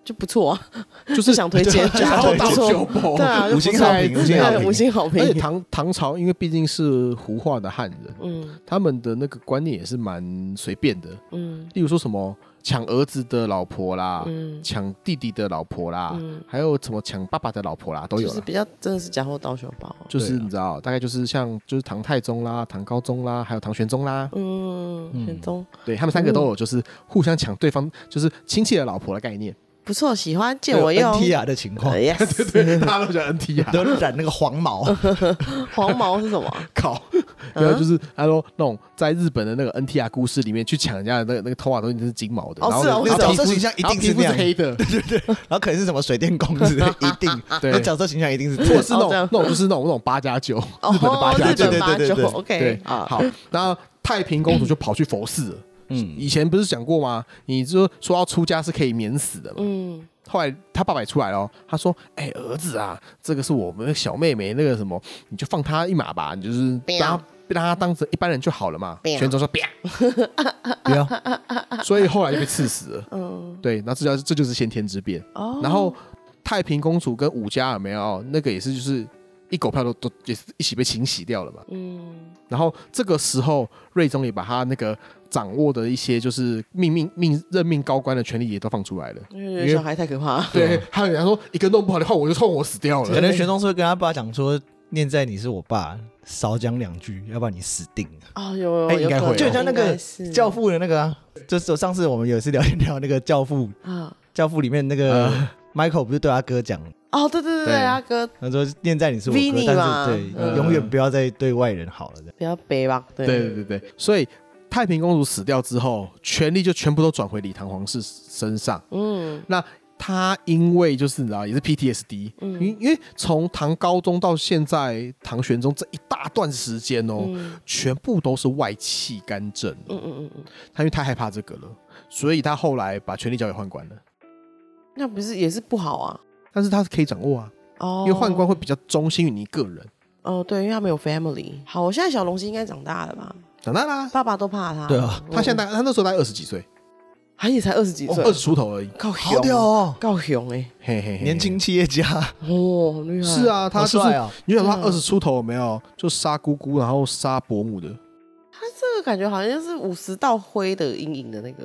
[SPEAKER 3] 就不错啊，
[SPEAKER 2] 就
[SPEAKER 3] 就是想推 荐，
[SPEAKER 1] 对
[SPEAKER 2] 然
[SPEAKER 1] 然
[SPEAKER 2] 后
[SPEAKER 1] 后
[SPEAKER 2] 到
[SPEAKER 1] 到
[SPEAKER 2] 酒
[SPEAKER 3] 错，
[SPEAKER 2] 博
[SPEAKER 3] 对。啊，就
[SPEAKER 1] 五
[SPEAKER 3] 不
[SPEAKER 1] 星
[SPEAKER 3] 错
[SPEAKER 1] 好评五
[SPEAKER 3] 对
[SPEAKER 1] 星好评
[SPEAKER 3] 五星好
[SPEAKER 2] 而且
[SPEAKER 3] 评，
[SPEAKER 2] 唐唐朝因为毕竟是胡化的汉人，
[SPEAKER 3] 嗯
[SPEAKER 2] 他们的那个观念也是蛮随便的，
[SPEAKER 3] 嗯
[SPEAKER 2] 例如说什么抢儿子的老婆啦，
[SPEAKER 3] 嗯
[SPEAKER 2] 抢弟弟的老婆啦，
[SPEAKER 3] 嗯，
[SPEAKER 2] 还有什么抢爸爸的老婆啦，啊都有
[SPEAKER 3] 就
[SPEAKER 2] 啦
[SPEAKER 3] 是比较真的是假货倒小包，
[SPEAKER 2] 就是
[SPEAKER 1] 对啊
[SPEAKER 2] 你知道，大概就是像就是唐太宗啦、唐高宗啦，还有唐玄宗啦，
[SPEAKER 3] 嗯，
[SPEAKER 1] 嗯
[SPEAKER 3] 玄宗
[SPEAKER 2] 对他们三个
[SPEAKER 1] 哦
[SPEAKER 2] 都有，就是互相抢对方就是亲戚的老婆的概念，
[SPEAKER 3] 不错，喜欢借
[SPEAKER 1] 有啊
[SPEAKER 3] 我用
[SPEAKER 1] NTR 的情况
[SPEAKER 3] 呃，，yes，
[SPEAKER 2] 大家都叫 NT 啊，
[SPEAKER 1] 都染那个黄 毛，
[SPEAKER 3] 黄毛是什么？
[SPEAKER 2] 靠！
[SPEAKER 1] 嗯
[SPEAKER 2] 然后就是他说那种在日本的那个 NT 啊故事里面去抢人家的那个那个头发都已经是金毛的，
[SPEAKER 3] 哦
[SPEAKER 2] 然后
[SPEAKER 3] 是哦
[SPEAKER 1] 那
[SPEAKER 2] 然
[SPEAKER 1] 个
[SPEAKER 2] 后
[SPEAKER 1] 角
[SPEAKER 2] 皮
[SPEAKER 1] 色
[SPEAKER 2] 肤
[SPEAKER 1] 形象一
[SPEAKER 2] 然后
[SPEAKER 1] 定
[SPEAKER 2] 皮
[SPEAKER 1] 是
[SPEAKER 2] 肤
[SPEAKER 1] 那
[SPEAKER 2] 是
[SPEAKER 1] 样，
[SPEAKER 2] 黑的，
[SPEAKER 1] 然后可能是什么水电工之 类，一定。
[SPEAKER 2] 对
[SPEAKER 1] 那角色形象一定是这样。
[SPEAKER 2] 或者是那
[SPEAKER 3] 哦
[SPEAKER 2] 种
[SPEAKER 3] 这样
[SPEAKER 2] 那种就是那种那种八加九，
[SPEAKER 3] 哦，日
[SPEAKER 2] 本的八家
[SPEAKER 1] 对对
[SPEAKER 3] 本八
[SPEAKER 1] 对对
[SPEAKER 3] 九
[SPEAKER 1] 对
[SPEAKER 2] 对
[SPEAKER 3] ，OK，，啊，
[SPEAKER 2] 好，然后太平公主就跑去佛寺了。
[SPEAKER 1] 嗯，
[SPEAKER 2] 以前不是讲过吗？你就说要出家是可以免死的嘛。
[SPEAKER 3] 嗯，
[SPEAKER 2] 后来他爸爸也出来了哦，他说：“哎、儿子啊，这个是我们的小妹妹，那个什么，你就放她一马吧，你就是
[SPEAKER 3] 不要
[SPEAKER 2] 让她让她当成一般人就好了嘛。”
[SPEAKER 3] 不要
[SPEAKER 2] 玄宗说：“ 不要。
[SPEAKER 1] 不要，”
[SPEAKER 2] 所以后来就被刺死了。
[SPEAKER 3] 嗯，
[SPEAKER 2] 对，那这叫这就是先天之变。
[SPEAKER 3] 哦，
[SPEAKER 2] 然后太平公主跟武家有没有那个也是就是一狗票都都也是一起被清洗掉了嘛。
[SPEAKER 3] 嗯，
[SPEAKER 2] 然后这个时候，睿宗也把他那个掌握的一些就是命命命任命高官的权利也都放出来了。
[SPEAKER 3] 因为嗯小孩太可怕，
[SPEAKER 2] 对，还有人家说一个弄不好的话，我就冲我死掉
[SPEAKER 1] 可
[SPEAKER 2] 了。
[SPEAKER 1] 能玄宗是会跟他爸讲说，念在你是我爸，少讲两句，要不然你死定了。
[SPEAKER 3] 哦，有
[SPEAKER 2] 哎
[SPEAKER 3] 有
[SPEAKER 2] 应该
[SPEAKER 3] 有可
[SPEAKER 2] 会
[SPEAKER 3] 能，
[SPEAKER 2] 哦就很
[SPEAKER 1] 像那个
[SPEAKER 3] 应该是
[SPEAKER 1] 教父的那个、啊，就是上次我们有一次聊天聊那个教父，
[SPEAKER 3] 啊，
[SPEAKER 1] 教父里面那个
[SPEAKER 4] 啊
[SPEAKER 2] 呃
[SPEAKER 1] Michael 不是对他哥讲，
[SPEAKER 3] 哦，对对对对，
[SPEAKER 2] 对
[SPEAKER 3] 阿哥
[SPEAKER 1] 他说念在你是我
[SPEAKER 3] Vinny
[SPEAKER 1] 哥，
[SPEAKER 3] 嘛
[SPEAKER 1] 但是对，
[SPEAKER 3] 嗯
[SPEAKER 1] 永远不要再对外人好
[SPEAKER 4] 嗯
[SPEAKER 1] 了。这样
[SPEAKER 3] 比较北吧，对
[SPEAKER 2] 对对对对，所以太平公主死掉之后，权力就全部都转回李唐皇室身上。
[SPEAKER 3] 嗯
[SPEAKER 2] 她因为就是你知道，也是 PTSD，因、
[SPEAKER 3] 嗯
[SPEAKER 2] 因为从唐高宗到现在唐玄宗这一大段时间哦，
[SPEAKER 3] 嗯
[SPEAKER 2] 全部都是外戚干政。
[SPEAKER 3] 嗯嗯嗯嗯，
[SPEAKER 2] 他因为太害怕这个了，所以他后来把权力交给宦官了。
[SPEAKER 3] 那不是也是不好啊，
[SPEAKER 2] 但但是他是可以掌握啊，
[SPEAKER 3] 哦
[SPEAKER 2] 因为宦官会比较忠心于你个人。
[SPEAKER 3] 哦，对，因为他没有 family。好，我现在小龙星应该长大了吧？
[SPEAKER 2] 长大啦，
[SPEAKER 3] 爸爸都怕他。
[SPEAKER 4] 对啊
[SPEAKER 3] 嗯，
[SPEAKER 2] 他现在大他那时候大概二十几岁，哦
[SPEAKER 3] 他也才二十几岁
[SPEAKER 2] 二，十出头而已。
[SPEAKER 3] 够
[SPEAKER 4] 好
[SPEAKER 3] 雄
[SPEAKER 4] 屌哦，
[SPEAKER 3] 够雄哎，
[SPEAKER 2] 嘿嘿嘿，
[SPEAKER 4] 年轻企业家，
[SPEAKER 3] 哦，很厉害。
[SPEAKER 2] 是，啊，他
[SPEAKER 4] 好
[SPEAKER 2] 就是
[SPEAKER 4] 帅哦，
[SPEAKER 2] 你就想说他
[SPEAKER 3] 嗯
[SPEAKER 2] 二十出头有没有，就杀姑姑，然后杀伯母的，
[SPEAKER 3] 这个感觉好像是五十道灰的阴影的那个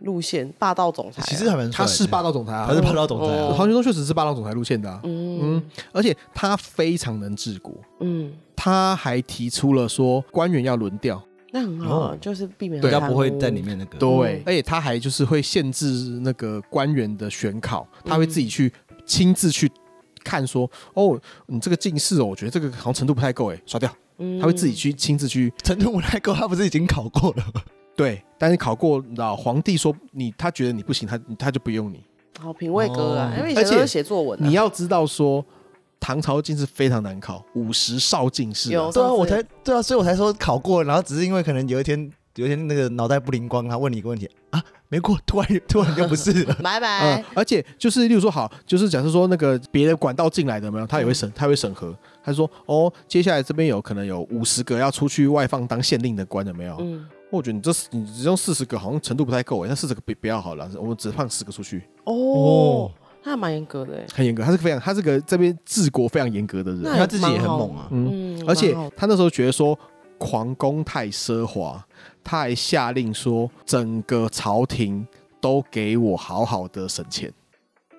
[SPEAKER 3] 路线，霸道总裁啊。
[SPEAKER 4] 其实还蛮帅的
[SPEAKER 2] 他是霸，道总裁啊
[SPEAKER 4] 嗯他，是霸道总裁
[SPEAKER 3] 哦
[SPEAKER 4] 啊，
[SPEAKER 2] 黄旭东确实是霸道总裁路线的啊，
[SPEAKER 3] 嗯
[SPEAKER 2] 嗯，而且他非常能治国，
[SPEAKER 3] 嗯，
[SPEAKER 2] 他还提出了说官员要轮调，
[SPEAKER 3] 那很好啊
[SPEAKER 4] 哦，
[SPEAKER 3] 就是避免
[SPEAKER 4] 比较
[SPEAKER 3] 贪
[SPEAKER 4] 不会
[SPEAKER 3] 污
[SPEAKER 4] 在里。面那个。
[SPEAKER 2] 对
[SPEAKER 3] 嗯，
[SPEAKER 2] 而且他还就是会限制那个官员的选考，他会自己去亲自去看说，哦，你这个进士哦，我觉得这个好像程度不太够，哎，刷掉，
[SPEAKER 3] 嗯
[SPEAKER 2] 他会自己去亲自去
[SPEAKER 4] 程度不太够，他不是已经考过了吗？
[SPEAKER 3] 嗯
[SPEAKER 2] 对，但是考过老皇帝说你，他觉得你不行，他他就不用你。
[SPEAKER 3] 好品味哥啊，
[SPEAKER 4] 哦
[SPEAKER 3] 因为以前
[SPEAKER 2] 而且
[SPEAKER 3] 都是写作文啊，
[SPEAKER 2] 你要知道说，唐朝进士非常难考，五十少进士啊、
[SPEAKER 3] 有
[SPEAKER 4] 对啊，
[SPEAKER 3] 上次。
[SPEAKER 4] 我才对啊，所以我才说考过了，然后只是因为可能有一天有一天那个脑袋不灵光，他问你一个问题啊，没过，突然突然就不是了
[SPEAKER 2] 嗯
[SPEAKER 3] 拜拜，，
[SPEAKER 2] 而且就是，例如说，好，就是假设说那个别的管道进来的有没有，他也会
[SPEAKER 3] 嗯
[SPEAKER 2] 审，他会审核。他说，哦，接下来这边有可能有五十个要出去外放当县令的官有没有？
[SPEAKER 3] 嗯，
[SPEAKER 2] 我觉得你这你只用四十个好像程度不太够，欸那四十个不不要好了，我们只放十个出去，
[SPEAKER 3] 哦，那还蛮严格的欸，
[SPEAKER 2] 很严格。他是个非常，他是个这边治国非常严格的人。
[SPEAKER 3] 那
[SPEAKER 4] 他自己也很猛啊，
[SPEAKER 2] 嗯，
[SPEAKER 3] 嗯，
[SPEAKER 2] 而且
[SPEAKER 3] 蛮好的
[SPEAKER 2] 他那时候觉得说皇宫太奢华，他还下令说整个朝廷都给我好好的省钱，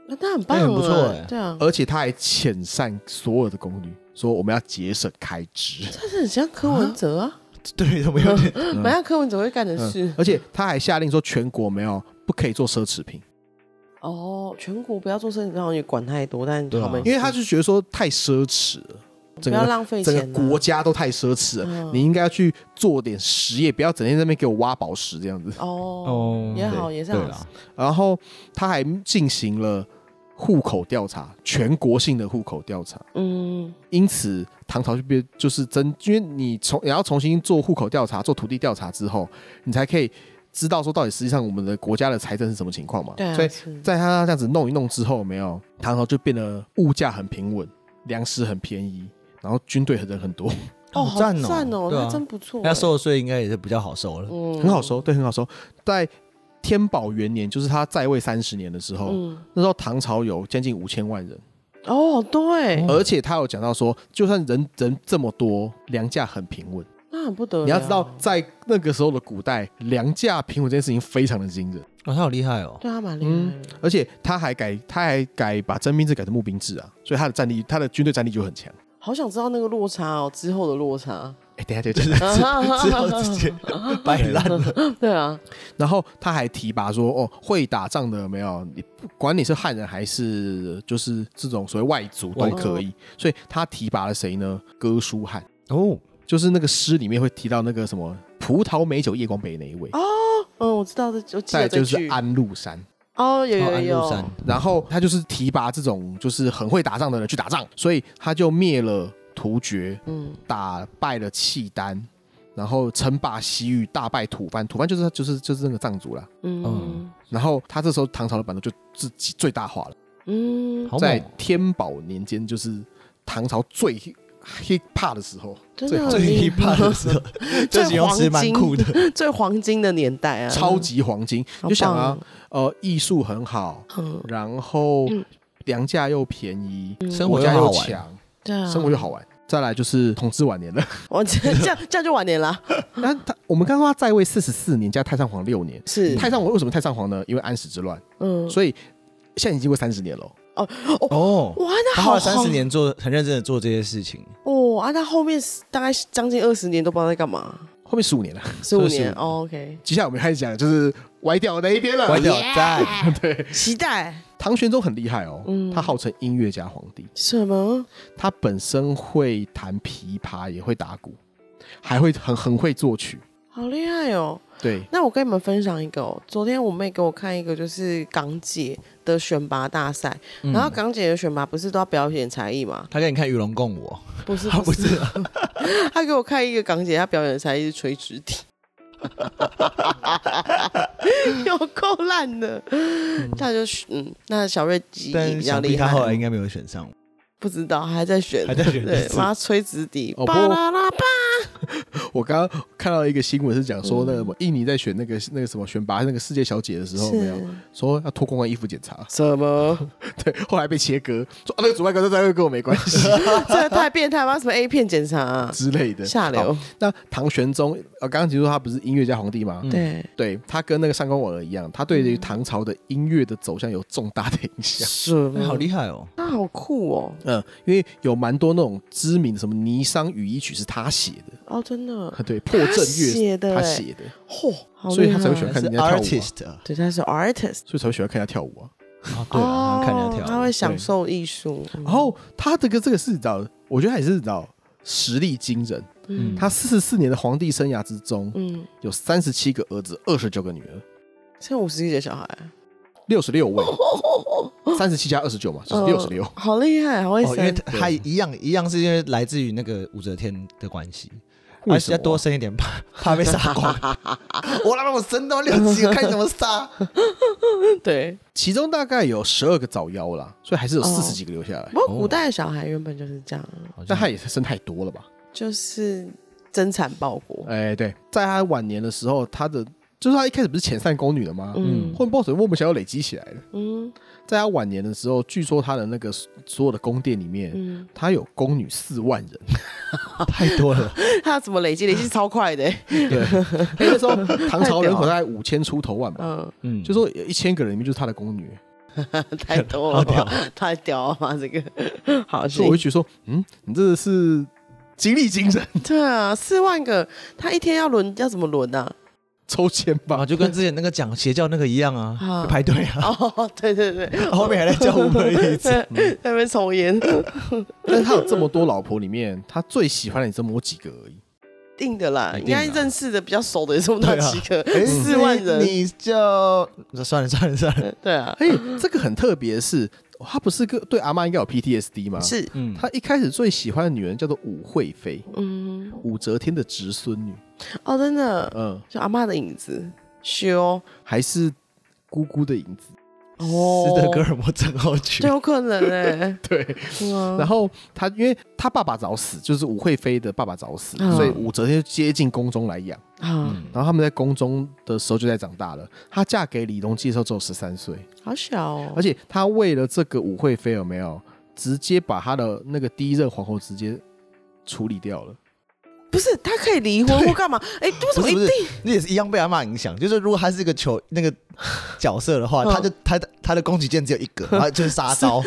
[SPEAKER 3] 那那很棒啊，
[SPEAKER 4] 那很不错欸
[SPEAKER 3] 对啊，
[SPEAKER 2] 而且他还遣散所有的宫女，说我们要节省开支。
[SPEAKER 3] 但是很像柯文哲啊，
[SPEAKER 4] 对，怎么有点？
[SPEAKER 3] 蛮像柯文哲会干的事
[SPEAKER 2] 嗯，而且他还下令说全国没有不可以做奢侈品，
[SPEAKER 3] 哦，全国不要做生意，然后也管太多，但
[SPEAKER 4] 对啊
[SPEAKER 3] 好没事，
[SPEAKER 2] 因为他就觉得说太奢侈了，
[SPEAKER 3] 不
[SPEAKER 2] 整
[SPEAKER 3] 要
[SPEAKER 2] 个
[SPEAKER 3] 浪费
[SPEAKER 2] 整
[SPEAKER 3] 钱
[SPEAKER 2] 个
[SPEAKER 3] 啊
[SPEAKER 2] 国家都太奢侈了。
[SPEAKER 3] 嗯
[SPEAKER 2] 你应该要去做点实业，不要整天在那边给我挖宝石这样子。
[SPEAKER 3] 哦
[SPEAKER 4] 哦
[SPEAKER 3] 也好
[SPEAKER 4] 对
[SPEAKER 3] 也是
[SPEAKER 4] 对
[SPEAKER 3] 好
[SPEAKER 4] 啦
[SPEAKER 3] 事，
[SPEAKER 2] 然后他还进行了户口调查，全国性的户口调查。
[SPEAKER 3] 嗯
[SPEAKER 2] 因此，唐朝就变就是真，因为你从也要重新做户口调查、做土地调查之后，你才可以知道说到底实际上我们的国家的财政是什么情况嘛。
[SPEAKER 3] 对啊
[SPEAKER 2] 所以
[SPEAKER 3] 是
[SPEAKER 2] 在他这样子弄一弄之后，有没有唐朝就变得物价很平稳，粮食很便宜，然后军队的人很多，
[SPEAKER 3] 哦
[SPEAKER 4] 好
[SPEAKER 3] 好
[SPEAKER 4] 赞哦
[SPEAKER 3] 赞哦，
[SPEAKER 4] 对啊
[SPEAKER 3] 那真不错欸，
[SPEAKER 4] 他收的税应该也是比较好收了。哦
[SPEAKER 3] 嗯
[SPEAKER 2] 很好，收，对，很好收。在天宝元年，就是他在位三十年的时候，
[SPEAKER 3] 嗯
[SPEAKER 2] 那时候唐朝有将近五千万人。
[SPEAKER 3] 哦好多哎，
[SPEAKER 2] 而且他有讲到说，就算人人这么多，粮价很平稳。
[SPEAKER 3] 那很不得了，
[SPEAKER 2] 你要知道，在那个时候的古代，粮价平稳这件事情非常的惊人。
[SPEAKER 4] 哦，他好厉害 哦！
[SPEAKER 3] 对他蛮厉害的，
[SPEAKER 2] 而且他还改，他还改把征兵制改成募兵制啊，所以他的战力，他的军队战力就很强。
[SPEAKER 3] 好想知道那个落差哦，之后的落差，
[SPEAKER 2] 哎、等一下，等一 下，
[SPEAKER 4] 之后直 接摆哎烂了。
[SPEAKER 3] 对啊，
[SPEAKER 2] 然后他还提拔说，哦，会打仗的有没有，你不管你是汉人还是就是这种所谓外族都
[SPEAKER 4] 外
[SPEAKER 3] 族
[SPEAKER 2] 可以。所以他提拔了谁呢？哥舒翰，
[SPEAKER 4] 哦，
[SPEAKER 2] 就是那个诗里面会提到那个什么葡萄美酒夜光杯那一位。
[SPEAKER 3] 嗯，我知道这，我记
[SPEAKER 2] 再
[SPEAKER 3] 得
[SPEAKER 2] 来就
[SPEAKER 3] 这
[SPEAKER 2] 是
[SPEAKER 3] 句。
[SPEAKER 2] 安禄山，
[SPEAKER 3] 哦，有
[SPEAKER 4] 哦
[SPEAKER 3] 有
[SPEAKER 4] 安
[SPEAKER 3] 有
[SPEAKER 4] 禄，山
[SPEAKER 2] 然后他就是提拔这种就是很会打仗的人去打仗，所以他就灭了突厥，
[SPEAKER 3] 嗯，
[SPEAKER 2] 打败了契丹，然后称霸西域，大败吐蕃，吐蕃就是就是就是那个藏族啦。
[SPEAKER 3] 嗯
[SPEAKER 4] 嗯
[SPEAKER 2] 然后他这时候唐朝的版图就自己最大化了，
[SPEAKER 3] 嗯，
[SPEAKER 4] 好猛
[SPEAKER 2] 在
[SPEAKER 4] 哦！
[SPEAKER 2] 天宝年间就是唐朝最 hip hop 的时候，
[SPEAKER 3] 真
[SPEAKER 2] 最
[SPEAKER 3] 的
[SPEAKER 2] 好
[SPEAKER 4] 最
[SPEAKER 3] 很厉
[SPEAKER 4] hip hop 的 时候， 这形容词蛮酷的。
[SPEAKER 3] 最黄金的年代
[SPEAKER 4] 嗯
[SPEAKER 3] 啊，
[SPEAKER 2] 超级黄金。
[SPEAKER 3] 好棒
[SPEAKER 2] 你就想啊，，呃，艺术很好，
[SPEAKER 3] 嗯，
[SPEAKER 2] 然后
[SPEAKER 3] 嗯
[SPEAKER 2] 粮价又便宜，
[SPEAKER 4] 生
[SPEAKER 2] 国
[SPEAKER 4] 活
[SPEAKER 2] 家
[SPEAKER 4] 又好
[SPEAKER 2] 又
[SPEAKER 4] 玩嗯
[SPEAKER 2] 强。
[SPEAKER 3] 对啊，
[SPEAKER 2] 生活就好玩。再来就是统治晚年了，
[SPEAKER 3] 我 这这样这样就晚年了，
[SPEAKER 2] 那他我们刚刚说他在位四十四年，加太上皇六年。
[SPEAKER 3] 是，
[SPEAKER 2] 太上皇为什么太上皇呢？因为安史之乱，
[SPEAKER 3] 嗯，
[SPEAKER 2] 所以现在已经过三十年了。
[SPEAKER 4] 哦，
[SPEAKER 3] 哇，那
[SPEAKER 4] 他花
[SPEAKER 3] 好
[SPEAKER 4] 了三十年做很认真的做这些事情，
[SPEAKER 3] 哦啊，那后面大概将近二十年都不知道在干嘛，
[SPEAKER 2] 后面十五年了，
[SPEAKER 3] 十五
[SPEAKER 4] 15
[SPEAKER 3] 年哦，OK，
[SPEAKER 2] 接下来我们开始讲就是歪掉的那一边了。
[SPEAKER 4] 关掉赞。
[SPEAKER 3] 期待
[SPEAKER 2] 唐玄宗很厉害哦，
[SPEAKER 3] 嗯
[SPEAKER 2] 他号称音乐家皇帝，
[SPEAKER 3] 什么？
[SPEAKER 2] 他本身会弹琵琶，也会打鼓，还会很很会作曲。
[SPEAKER 3] 好厉害哦！
[SPEAKER 2] 对，
[SPEAKER 3] 那我跟你们分享一个、哦，昨天我妹给我看一个，就是港姐的选拔大赛，
[SPEAKER 4] 嗯
[SPEAKER 3] 然后港姐的选拔不是都要表演才艺吗？
[SPEAKER 4] 他给你看《与龙共舞》哦，
[SPEAKER 3] 不是，
[SPEAKER 4] 他不是啊
[SPEAKER 3] 他给我看一个港姐，她表演的才艺是垂直体。有够烂的。他就嗯，那小瑞吉
[SPEAKER 4] 但
[SPEAKER 3] 比
[SPEAKER 4] 是
[SPEAKER 3] 较
[SPEAKER 4] 想
[SPEAKER 3] 厉
[SPEAKER 4] 必他后
[SPEAKER 3] 害，
[SPEAKER 4] 来应该没有选上，
[SPEAKER 3] 不知道还在选，
[SPEAKER 4] 还在选
[SPEAKER 3] 对
[SPEAKER 4] 第，四
[SPEAKER 3] 把他吹直笛，
[SPEAKER 2] 哦不
[SPEAKER 3] 巴啦啦巴，
[SPEAKER 2] 我刚刚看到一个新闻是讲
[SPEAKER 3] 嗯
[SPEAKER 2] 说，那个什么印尼在选那个那个什么选拔那个世界小姐的时候，有没有
[SPEAKER 3] 是
[SPEAKER 2] 说要脱光光衣服检查，
[SPEAKER 3] 什么？
[SPEAKER 2] 对，后来被切割，说啊那个主办方说这个跟我没关系
[SPEAKER 3] 这太变态吧？什么 A 片检查啊？
[SPEAKER 2] 之类的，
[SPEAKER 3] 下
[SPEAKER 2] 好
[SPEAKER 3] 流。
[SPEAKER 2] 那唐玄宗，呃，刚刚提说他不是音乐家皇帝
[SPEAKER 4] 嗯
[SPEAKER 2] 吗？
[SPEAKER 3] 对，
[SPEAKER 2] 对他跟那个上官婉儿一样，他对
[SPEAKER 3] 嗯
[SPEAKER 2] 于唐朝的音乐的走向有重大的影响。
[SPEAKER 3] 什
[SPEAKER 4] 哎好
[SPEAKER 3] 么？
[SPEAKER 4] 厉害哦！
[SPEAKER 3] 他好酷哦！
[SPEAKER 2] 嗯，因为有蛮多那种知名的什么尼桑羽衣曲是他写的，
[SPEAKER 3] 哦，真的，
[SPEAKER 2] 对，破阵乐
[SPEAKER 3] 写的
[SPEAKER 2] 他
[SPEAKER 3] 欸
[SPEAKER 2] 写的，
[SPEAKER 3] 嚯，好
[SPEAKER 2] 所以他才会
[SPEAKER 3] 厉
[SPEAKER 2] 喜
[SPEAKER 3] 害
[SPEAKER 2] 欢
[SPEAKER 4] 他
[SPEAKER 2] 看
[SPEAKER 4] 是
[SPEAKER 2] 人家跳舞、啊，
[SPEAKER 4] artist 啊，
[SPEAKER 3] 对，他是 artist，
[SPEAKER 2] 所以才会喜欢看人家跳舞啊。
[SPEAKER 4] 哦对啊，看人家
[SPEAKER 3] 哦
[SPEAKER 4] 跳舞，
[SPEAKER 3] 他会享受艺术。嗯
[SPEAKER 2] 然后他这个这个是你知道，我觉得还是你知道实力惊人。
[SPEAKER 4] 嗯
[SPEAKER 2] 他四十四年的皇帝生涯之中，
[SPEAKER 3] 嗯，
[SPEAKER 2] 有三十七个儿子，二十九个女儿，
[SPEAKER 3] 现在五十一的小孩，啊
[SPEAKER 2] 六十 六位，三十七加二十九嘛，就是
[SPEAKER 3] 呃
[SPEAKER 2] 六十六。
[SPEAKER 3] 好厉害，好
[SPEAKER 4] 哦，
[SPEAKER 3] 会
[SPEAKER 4] 因为
[SPEAKER 3] 生。
[SPEAKER 4] 他他一样一样是因为来自于那个武则天的关系，
[SPEAKER 2] 为
[SPEAKER 4] 而
[SPEAKER 2] 什
[SPEAKER 4] 且
[SPEAKER 2] 么
[SPEAKER 4] 要多生一点， 怕怕被杀光。我他妈我生到六七个， 看你怎么杀。
[SPEAKER 3] 对，
[SPEAKER 2] 其中大概有十二个早夭啦，所以还是有
[SPEAKER 3] 哦
[SPEAKER 2] 四十几个留下来。
[SPEAKER 3] 不过古代的小孩原本就是这样，
[SPEAKER 2] 但他也生太多了吧？
[SPEAKER 3] 就是增产报国。
[SPEAKER 2] 哎、对，在他晚年的时候，他的就是他一开始不是遣散宫女了吗？
[SPEAKER 3] 嗯
[SPEAKER 2] 混报水莫名其妙累积起来了。
[SPEAKER 3] 嗯
[SPEAKER 2] 在他晚年的时候，据说他的那个所有的宫殿里面，
[SPEAKER 3] 嗯，
[SPEAKER 2] 他有宫女四万人。
[SPEAKER 4] 太多了，
[SPEAKER 3] 他怎么累积？累积超快的。欸
[SPEAKER 2] 对，因为那时候唐朝人口 大概五千出头万吧，
[SPEAKER 3] 嗯，
[SPEAKER 4] 嗯，
[SPEAKER 2] 就说有一千个人里面就是他的宫女。
[SPEAKER 3] 太多了吧，太屌了吧，这个好
[SPEAKER 2] 所以
[SPEAKER 3] 是
[SPEAKER 2] 我就觉得说，嗯，你这是精力精神
[SPEAKER 3] 对啊，四万个，他一天要轮要怎么轮啊？
[SPEAKER 2] 抽签吧
[SPEAKER 3] 哦
[SPEAKER 4] 啊，？就跟之前那个讲邪教那个一样啊，
[SPEAKER 3] 啊
[SPEAKER 4] 就排队啊，
[SPEAKER 3] 哦，对对对，
[SPEAKER 4] 后面还在叫我们一 次。
[SPEAKER 3] 在在那边抽烟，
[SPEAKER 2] 但是他有这么多老婆里面，他最喜欢的你这么几个而已。
[SPEAKER 3] 定的啦，
[SPEAKER 4] 一
[SPEAKER 3] 应
[SPEAKER 4] 定的啊
[SPEAKER 3] 该认识的比较熟的也这么到几个，
[SPEAKER 4] 哎
[SPEAKER 3] 四万
[SPEAKER 4] 你
[SPEAKER 3] 人，
[SPEAKER 4] 你叫算了算了算了，
[SPEAKER 3] 对啊，
[SPEAKER 2] 哎、这个很特别的是，他不是个对阿妈应该有 PTSD 吗？
[SPEAKER 3] 是，
[SPEAKER 4] 嗯，
[SPEAKER 2] 他一开始最喜欢的女人叫做武惠妃，
[SPEAKER 3] 嗯，
[SPEAKER 2] 武则天的侄孙女，
[SPEAKER 3] 哦，真的，
[SPEAKER 2] 嗯，
[SPEAKER 3] 就阿嬷的影子，修，
[SPEAKER 2] 还是姑姑的影子。，
[SPEAKER 3] 哦，
[SPEAKER 4] 斯德哥尔摩症候群
[SPEAKER 3] 对，，有可能哎
[SPEAKER 2] 对，
[SPEAKER 3] 嗯
[SPEAKER 2] 然
[SPEAKER 3] 啊，
[SPEAKER 2] 后他因为他爸爸早死，就是武惠妃的爸爸早死，
[SPEAKER 3] 嗯
[SPEAKER 2] 所以武则天就接近宫中来养。
[SPEAKER 3] 啊，
[SPEAKER 4] 嗯
[SPEAKER 2] 然后他们在宫中的时候就在长大了。她嫁给李隆基的时候只有十三岁，
[SPEAKER 3] 好小哦
[SPEAKER 4] 啊
[SPEAKER 2] 而，且她为了这个武惠妃有没有直接把她的那个第一任皇后直接处理掉了？
[SPEAKER 3] 不是，他可以离婚或干嘛？ 哎，为
[SPEAKER 4] 不
[SPEAKER 3] 什么
[SPEAKER 4] 是
[SPEAKER 3] 一
[SPEAKER 4] 不是
[SPEAKER 3] 定？，
[SPEAKER 4] 那也是一样被阿妈影响。就是如果他是一个球那个角色的话，
[SPEAKER 3] 嗯
[SPEAKER 4] 他就他的他的攻击键只有一 个，然后就是杀招，
[SPEAKER 3] 啊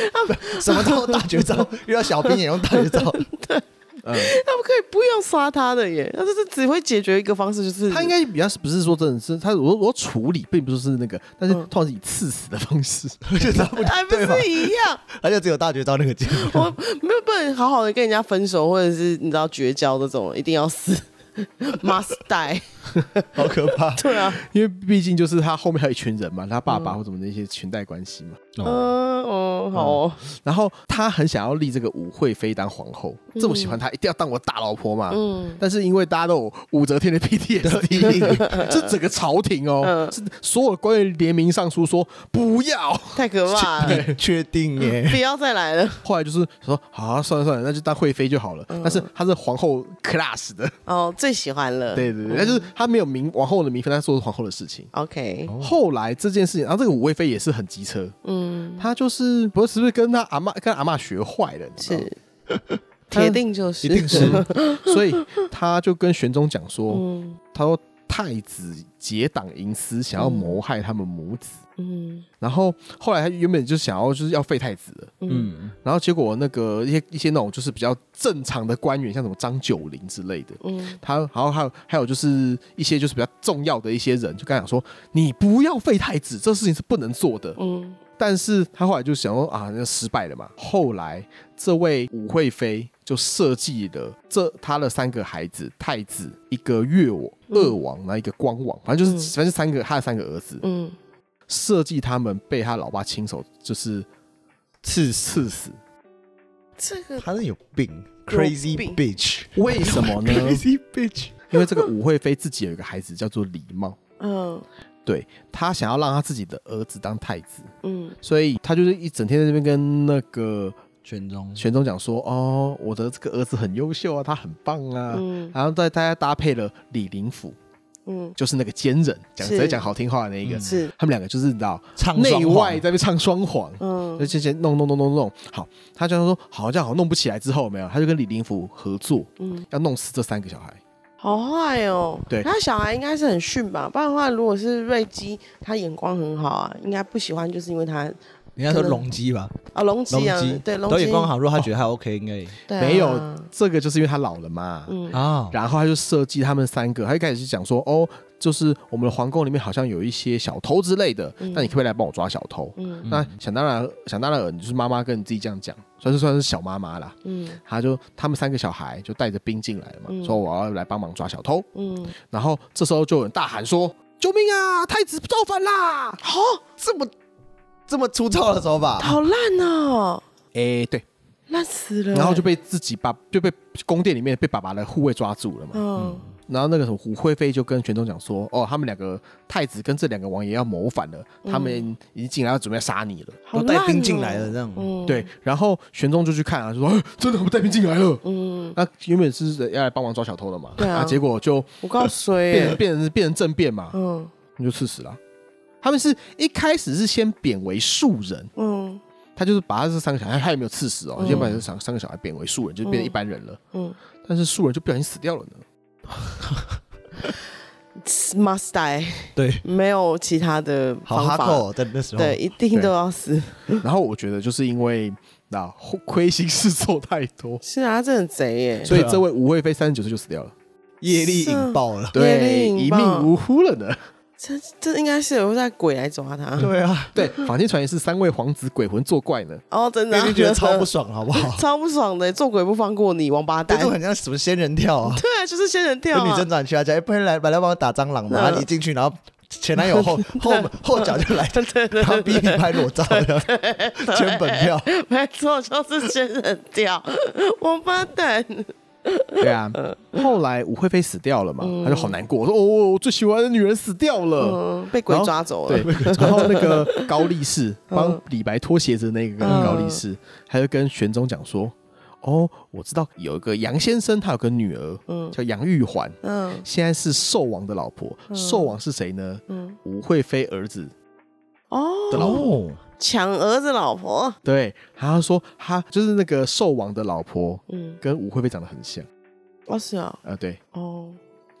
[SPEAKER 4] 什么都大绝 招，遇到小兵也用大绝招。
[SPEAKER 2] 嗯，
[SPEAKER 3] 他们可以不用杀他的耶，他就是只会解决一个方式，就是
[SPEAKER 2] 她应该比较不是说真的是她我我处理并不是那个，但是
[SPEAKER 3] 嗯
[SPEAKER 2] 通常是以刺死的方式。
[SPEAKER 4] 就他不
[SPEAKER 3] 哎还不
[SPEAKER 4] 对吧
[SPEAKER 3] 是一样？
[SPEAKER 4] 他就只有大绝招那个键。
[SPEAKER 3] 我没有不能好好的跟人家分手，或者是你知道绝交这种，一定要死 ，must die。！
[SPEAKER 4] 好可怕
[SPEAKER 3] 对啊，
[SPEAKER 2] 因为毕竟就是他后面还有一群人嘛，他爸爸或什么那些裙带关系嘛。
[SPEAKER 3] 嗯哦，好哦，
[SPEAKER 2] 然后他很想要立这个武惠妃当皇后，这么喜欢她，一定要当我大老婆嘛。
[SPEAKER 3] 嗯，
[SPEAKER 2] 但是因为大家都有武则天的 PTSD，这整个朝廷哦，
[SPEAKER 3] 嗯
[SPEAKER 2] 是所有官员联名上书说不要。
[SPEAKER 3] 太可怕了，
[SPEAKER 4] 你确定耶？
[SPEAKER 3] 不要再来了。
[SPEAKER 2] 后来就是说，好、啊，算了算了，那就当惠妃就好了。
[SPEAKER 3] 嗯
[SPEAKER 2] 但是她是皇后 class 的，
[SPEAKER 3] 哦，最喜欢了。
[SPEAKER 2] 对对对，
[SPEAKER 3] 哦
[SPEAKER 2] 但是她没有名王后的名分，她做是皇后的事情。
[SPEAKER 3] ，OK，
[SPEAKER 2] 后来这件事情，然后这个武惠妃也是很机车，
[SPEAKER 3] 嗯，
[SPEAKER 2] 她就是不是是不是跟她阿妈跟阿妈学坏了，你知道吗
[SPEAKER 3] 是，铁定就是，
[SPEAKER 4] 一定是，
[SPEAKER 2] 所以他就跟玄宗讲说，
[SPEAKER 3] 嗯
[SPEAKER 2] 他说太子结党营私，想要谋害他们母子。
[SPEAKER 3] 嗯
[SPEAKER 2] 然后后来他原本就想要就是要废太子了，
[SPEAKER 3] 嗯
[SPEAKER 4] 嗯，
[SPEAKER 2] 然后结果那个一些一些那种就是比较正常的官员，像什么张九龄之类的，
[SPEAKER 3] 嗯，
[SPEAKER 2] 他然后还有还有就是一些就是比较重要的一些人，就跟他讲说你不要废太子，这事情是不能做的。
[SPEAKER 3] 嗯
[SPEAKER 2] 但是他后来就想说啊，那失败了嘛。后来这位武惠妃就设计了这她的三个孩子，太子一个越王、
[SPEAKER 3] 嗯
[SPEAKER 2] 二王，然后一个光王，反正就是、
[SPEAKER 3] 嗯
[SPEAKER 2] 反正三个他的三个儿子，
[SPEAKER 3] 嗯，
[SPEAKER 2] 设计他们被他老爸亲手就是刺刺死。
[SPEAKER 3] 这个
[SPEAKER 4] 他是有病
[SPEAKER 3] 有
[SPEAKER 4] ，crazy
[SPEAKER 3] 病
[SPEAKER 4] bitch，
[SPEAKER 2] 为 什么呢？
[SPEAKER 4] crazy bitch。
[SPEAKER 2] 因为这个武惠妃自己有一个孩子叫做李瑁，
[SPEAKER 3] 嗯
[SPEAKER 2] 对他想要让他自己的儿子当太子，
[SPEAKER 3] 嗯，
[SPEAKER 2] 所以他就是一整天在这边跟那个
[SPEAKER 1] 全中
[SPEAKER 2] 玄宗讲说：“哦，我的这个儿子很优秀啊，他很棒啊。
[SPEAKER 3] 嗯
[SPEAKER 2] 然后再大家搭配了李林甫，
[SPEAKER 3] 嗯，
[SPEAKER 2] 就是那个奸人，讲
[SPEAKER 3] 是
[SPEAKER 2] 直接讲好听话的那一个。
[SPEAKER 1] 嗯
[SPEAKER 3] 是，
[SPEAKER 2] 他们两个就是你知道
[SPEAKER 4] 唱
[SPEAKER 2] 内
[SPEAKER 4] 双簧
[SPEAKER 2] 外在那边唱双簧，
[SPEAKER 3] 嗯
[SPEAKER 2] 而且先弄弄弄弄弄。好，他就说好这样好弄不起来之后有没有，他就跟李林甫合作，
[SPEAKER 3] 嗯，
[SPEAKER 2] 要弄死这三个小孩。
[SPEAKER 3] 好坏哦。
[SPEAKER 2] 对
[SPEAKER 3] 他小孩应该是很逊吧？不然的话，如果是瑞基，他眼光很好啊，应该不喜欢就是因为他
[SPEAKER 1] 人家说龙基吧，
[SPEAKER 3] 啊，隆基啊
[SPEAKER 1] 隆基，
[SPEAKER 3] 对，隆
[SPEAKER 1] 导
[SPEAKER 3] 基
[SPEAKER 1] 演光好，如果他觉得还 OK，应该也
[SPEAKER 3] 对啊
[SPEAKER 2] 没有这个就是因为他老了嘛，
[SPEAKER 3] 嗯
[SPEAKER 1] 啊，
[SPEAKER 2] 然后他就设计他们三个，他一开始是讲说，哦，就是我们的皇宫里面好像有一些小偷之类的，
[SPEAKER 3] 嗯
[SPEAKER 2] 那你可不可以来帮我抓小偷？
[SPEAKER 3] 嗯
[SPEAKER 2] 那想当然，想当然尔，你就是妈妈跟你自己这样讲，算是算是小妈妈啦。
[SPEAKER 3] 嗯
[SPEAKER 2] 他就他们三个小孩就带着兵进来了嘛，
[SPEAKER 3] 嗯
[SPEAKER 2] 说我要来帮忙抓小偷。
[SPEAKER 3] 嗯，
[SPEAKER 2] 然后这时候就有人大喊说：“救命啊！太子造反啦！”好，
[SPEAKER 4] 这么这么粗糙的手法，
[SPEAKER 3] 好烂哦，
[SPEAKER 2] 哎，对，
[SPEAKER 3] 烂死了。
[SPEAKER 2] 然后就被自己爸就被宫殿里面被爸爸的护卫抓住了嘛。
[SPEAKER 3] 嗯
[SPEAKER 2] 然后那个什么胡贵妃就跟玄宗讲说：“哦，他们两个太子跟这两个王爷要谋反了，他们已经进来要准备杀你了。
[SPEAKER 3] 好
[SPEAKER 1] 都
[SPEAKER 3] 烂
[SPEAKER 1] 带
[SPEAKER 3] 哦
[SPEAKER 1] 兵进来了，这样，
[SPEAKER 3] 嗯，
[SPEAKER 2] 对，然后玄宗就去看啊，就说：“ 哎真的，他们带兵进来了。”
[SPEAKER 3] 嗯，
[SPEAKER 2] 那原本是要来帮忙抓小偷的嘛，
[SPEAKER 3] 对啊
[SPEAKER 2] 结果就
[SPEAKER 3] 我告衰
[SPEAKER 2] 变
[SPEAKER 3] 欸，
[SPEAKER 2] 变成变成政变嘛，
[SPEAKER 3] 嗯
[SPEAKER 2] 你就刺死了。他们是一开始是先贬为庶人，
[SPEAKER 3] 嗯
[SPEAKER 2] 他就是把他这三个小孩，他也没有刺死哦，
[SPEAKER 3] 嗯
[SPEAKER 2] 先把这三三个小孩贬为庶人，就变成一般人了。
[SPEAKER 3] 嗯
[SPEAKER 2] 但是庶人就不小心死掉了呢。
[SPEAKER 3] ，must die，
[SPEAKER 1] 对，
[SPEAKER 3] 没有其他的
[SPEAKER 4] 好哈
[SPEAKER 3] 方法，
[SPEAKER 4] 扣，在那时候，
[SPEAKER 3] 对，，一定都要死。
[SPEAKER 2] 然后我觉得就是因为那亏心事做太多，
[SPEAKER 3] 是啊，他真的很贼耶，
[SPEAKER 2] 所以这位武惠妃三十九岁就死掉了，
[SPEAKER 4] 业力引爆了，
[SPEAKER 3] 业
[SPEAKER 2] 对，
[SPEAKER 3] 力
[SPEAKER 2] 一
[SPEAKER 3] 引爆
[SPEAKER 2] 命呜呼了呢。
[SPEAKER 3] 这这应该是有在鬼来抓他。
[SPEAKER 4] 对 啊，
[SPEAKER 2] 对，坊间传言是三位皇子鬼魂作怪呢。
[SPEAKER 3] 哦，真的
[SPEAKER 4] 一
[SPEAKER 3] 啊？
[SPEAKER 4] 定觉得超不爽，好不好
[SPEAKER 3] 超不爽的，做鬼不放过你，王八
[SPEAKER 4] 这
[SPEAKER 3] 蛋！
[SPEAKER 4] 就很像什么仙人跳啊，
[SPEAKER 3] 对啊，就是仙人跳
[SPEAKER 4] 就女
[SPEAKER 3] 啊
[SPEAKER 4] 生，转去他家，哎，不然来来来帮我打蟑螂嘛，
[SPEAKER 3] 嗯
[SPEAKER 4] 然后你一进去，然后前男友 后后后脚就来，然后逼你拍裸照的，圈本票，
[SPEAKER 3] 没错，就是仙人跳，王八蛋。
[SPEAKER 2] 对啊，后来武惠妃死掉了嘛，他就好难过，说哦，我最喜欢的女人死掉了。
[SPEAKER 3] 嗯，被鬼抓走
[SPEAKER 2] 对
[SPEAKER 3] 了。，
[SPEAKER 2] 然后那个高力士帮李白脱鞋子的那个高力士，他就跟玄宗讲说：“哦，我知道有一个杨先生，他有个女儿，
[SPEAKER 3] 嗯
[SPEAKER 2] 叫杨玉环，
[SPEAKER 3] 嗯
[SPEAKER 2] 现在是寿王的老婆。寿王是谁呢？
[SPEAKER 3] 嗯，
[SPEAKER 2] 武惠妃儿子的
[SPEAKER 3] 哦，
[SPEAKER 2] 老婆。
[SPEAKER 1] 哦，
[SPEAKER 3] 抢儿子老婆。
[SPEAKER 2] 对，他说他就是那个寿王的老婆，
[SPEAKER 3] 嗯，
[SPEAKER 2] 跟武惠妃长得很像
[SPEAKER 3] 哦是啊，
[SPEAKER 2] 啊、对，
[SPEAKER 3] 哦，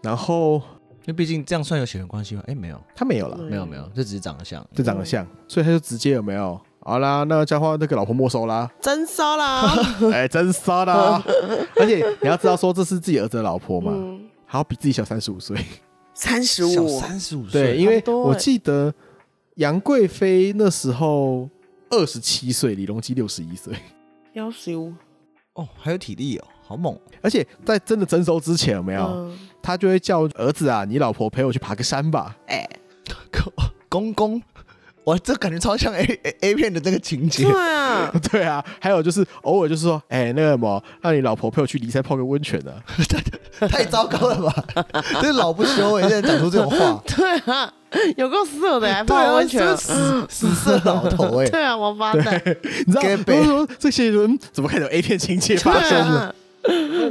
[SPEAKER 2] 然后
[SPEAKER 1] 因为毕竟这样算有血缘关系吗？哎，没有，
[SPEAKER 2] 他没有了。”
[SPEAKER 3] 嗯
[SPEAKER 1] 没有，没有，这只是长得像。
[SPEAKER 2] 就长得像，所以他就直接有没有？好啦，那家伙那个老婆没收啦，
[SPEAKER 3] 真 骚啦。
[SPEAKER 2] 哎，真骚啦！而且你要知道，说这是自己儿子的老婆嘛，
[SPEAKER 3] 嗯，
[SPEAKER 2] 还要比自己小三十五岁。
[SPEAKER 3] 三十
[SPEAKER 1] 小
[SPEAKER 3] 五，
[SPEAKER 1] 三十五岁，
[SPEAKER 2] 对，因为
[SPEAKER 3] 好多欸
[SPEAKER 2] 我记得杨贵妃那时候二十七岁，李隆基六十一岁，
[SPEAKER 3] 幺十五。
[SPEAKER 1] 哦，还有体力哦，好猛哦！
[SPEAKER 2] 而且在真的征收之前，有没有？
[SPEAKER 3] 嗯，
[SPEAKER 2] 他就会叫儿子啊，你老婆陪我去爬个山吧。
[SPEAKER 3] 哎，
[SPEAKER 4] 公公，哇，这感觉超像 A A, A 片的那个情节
[SPEAKER 3] 对，啊，，
[SPEAKER 2] 对啊，还有就是偶尔就是说，哎，那个什么，让你老婆陪我去骊山泡个温泉啊。
[SPEAKER 4] 太糟糕了吧？ 这老不休哎，现在讲出这种话
[SPEAKER 3] 对啊，有够色的，还
[SPEAKER 4] 对
[SPEAKER 3] 泡
[SPEAKER 4] 啊，
[SPEAKER 3] 温泉。
[SPEAKER 4] 这死死色老 头哎，
[SPEAKER 3] 对啊，王八蛋。
[SPEAKER 2] 你知道，
[SPEAKER 4] Gay
[SPEAKER 2] 我说这些人怎么开始有 A 片情节发生
[SPEAKER 3] 对
[SPEAKER 2] 了？
[SPEAKER 3] 啊，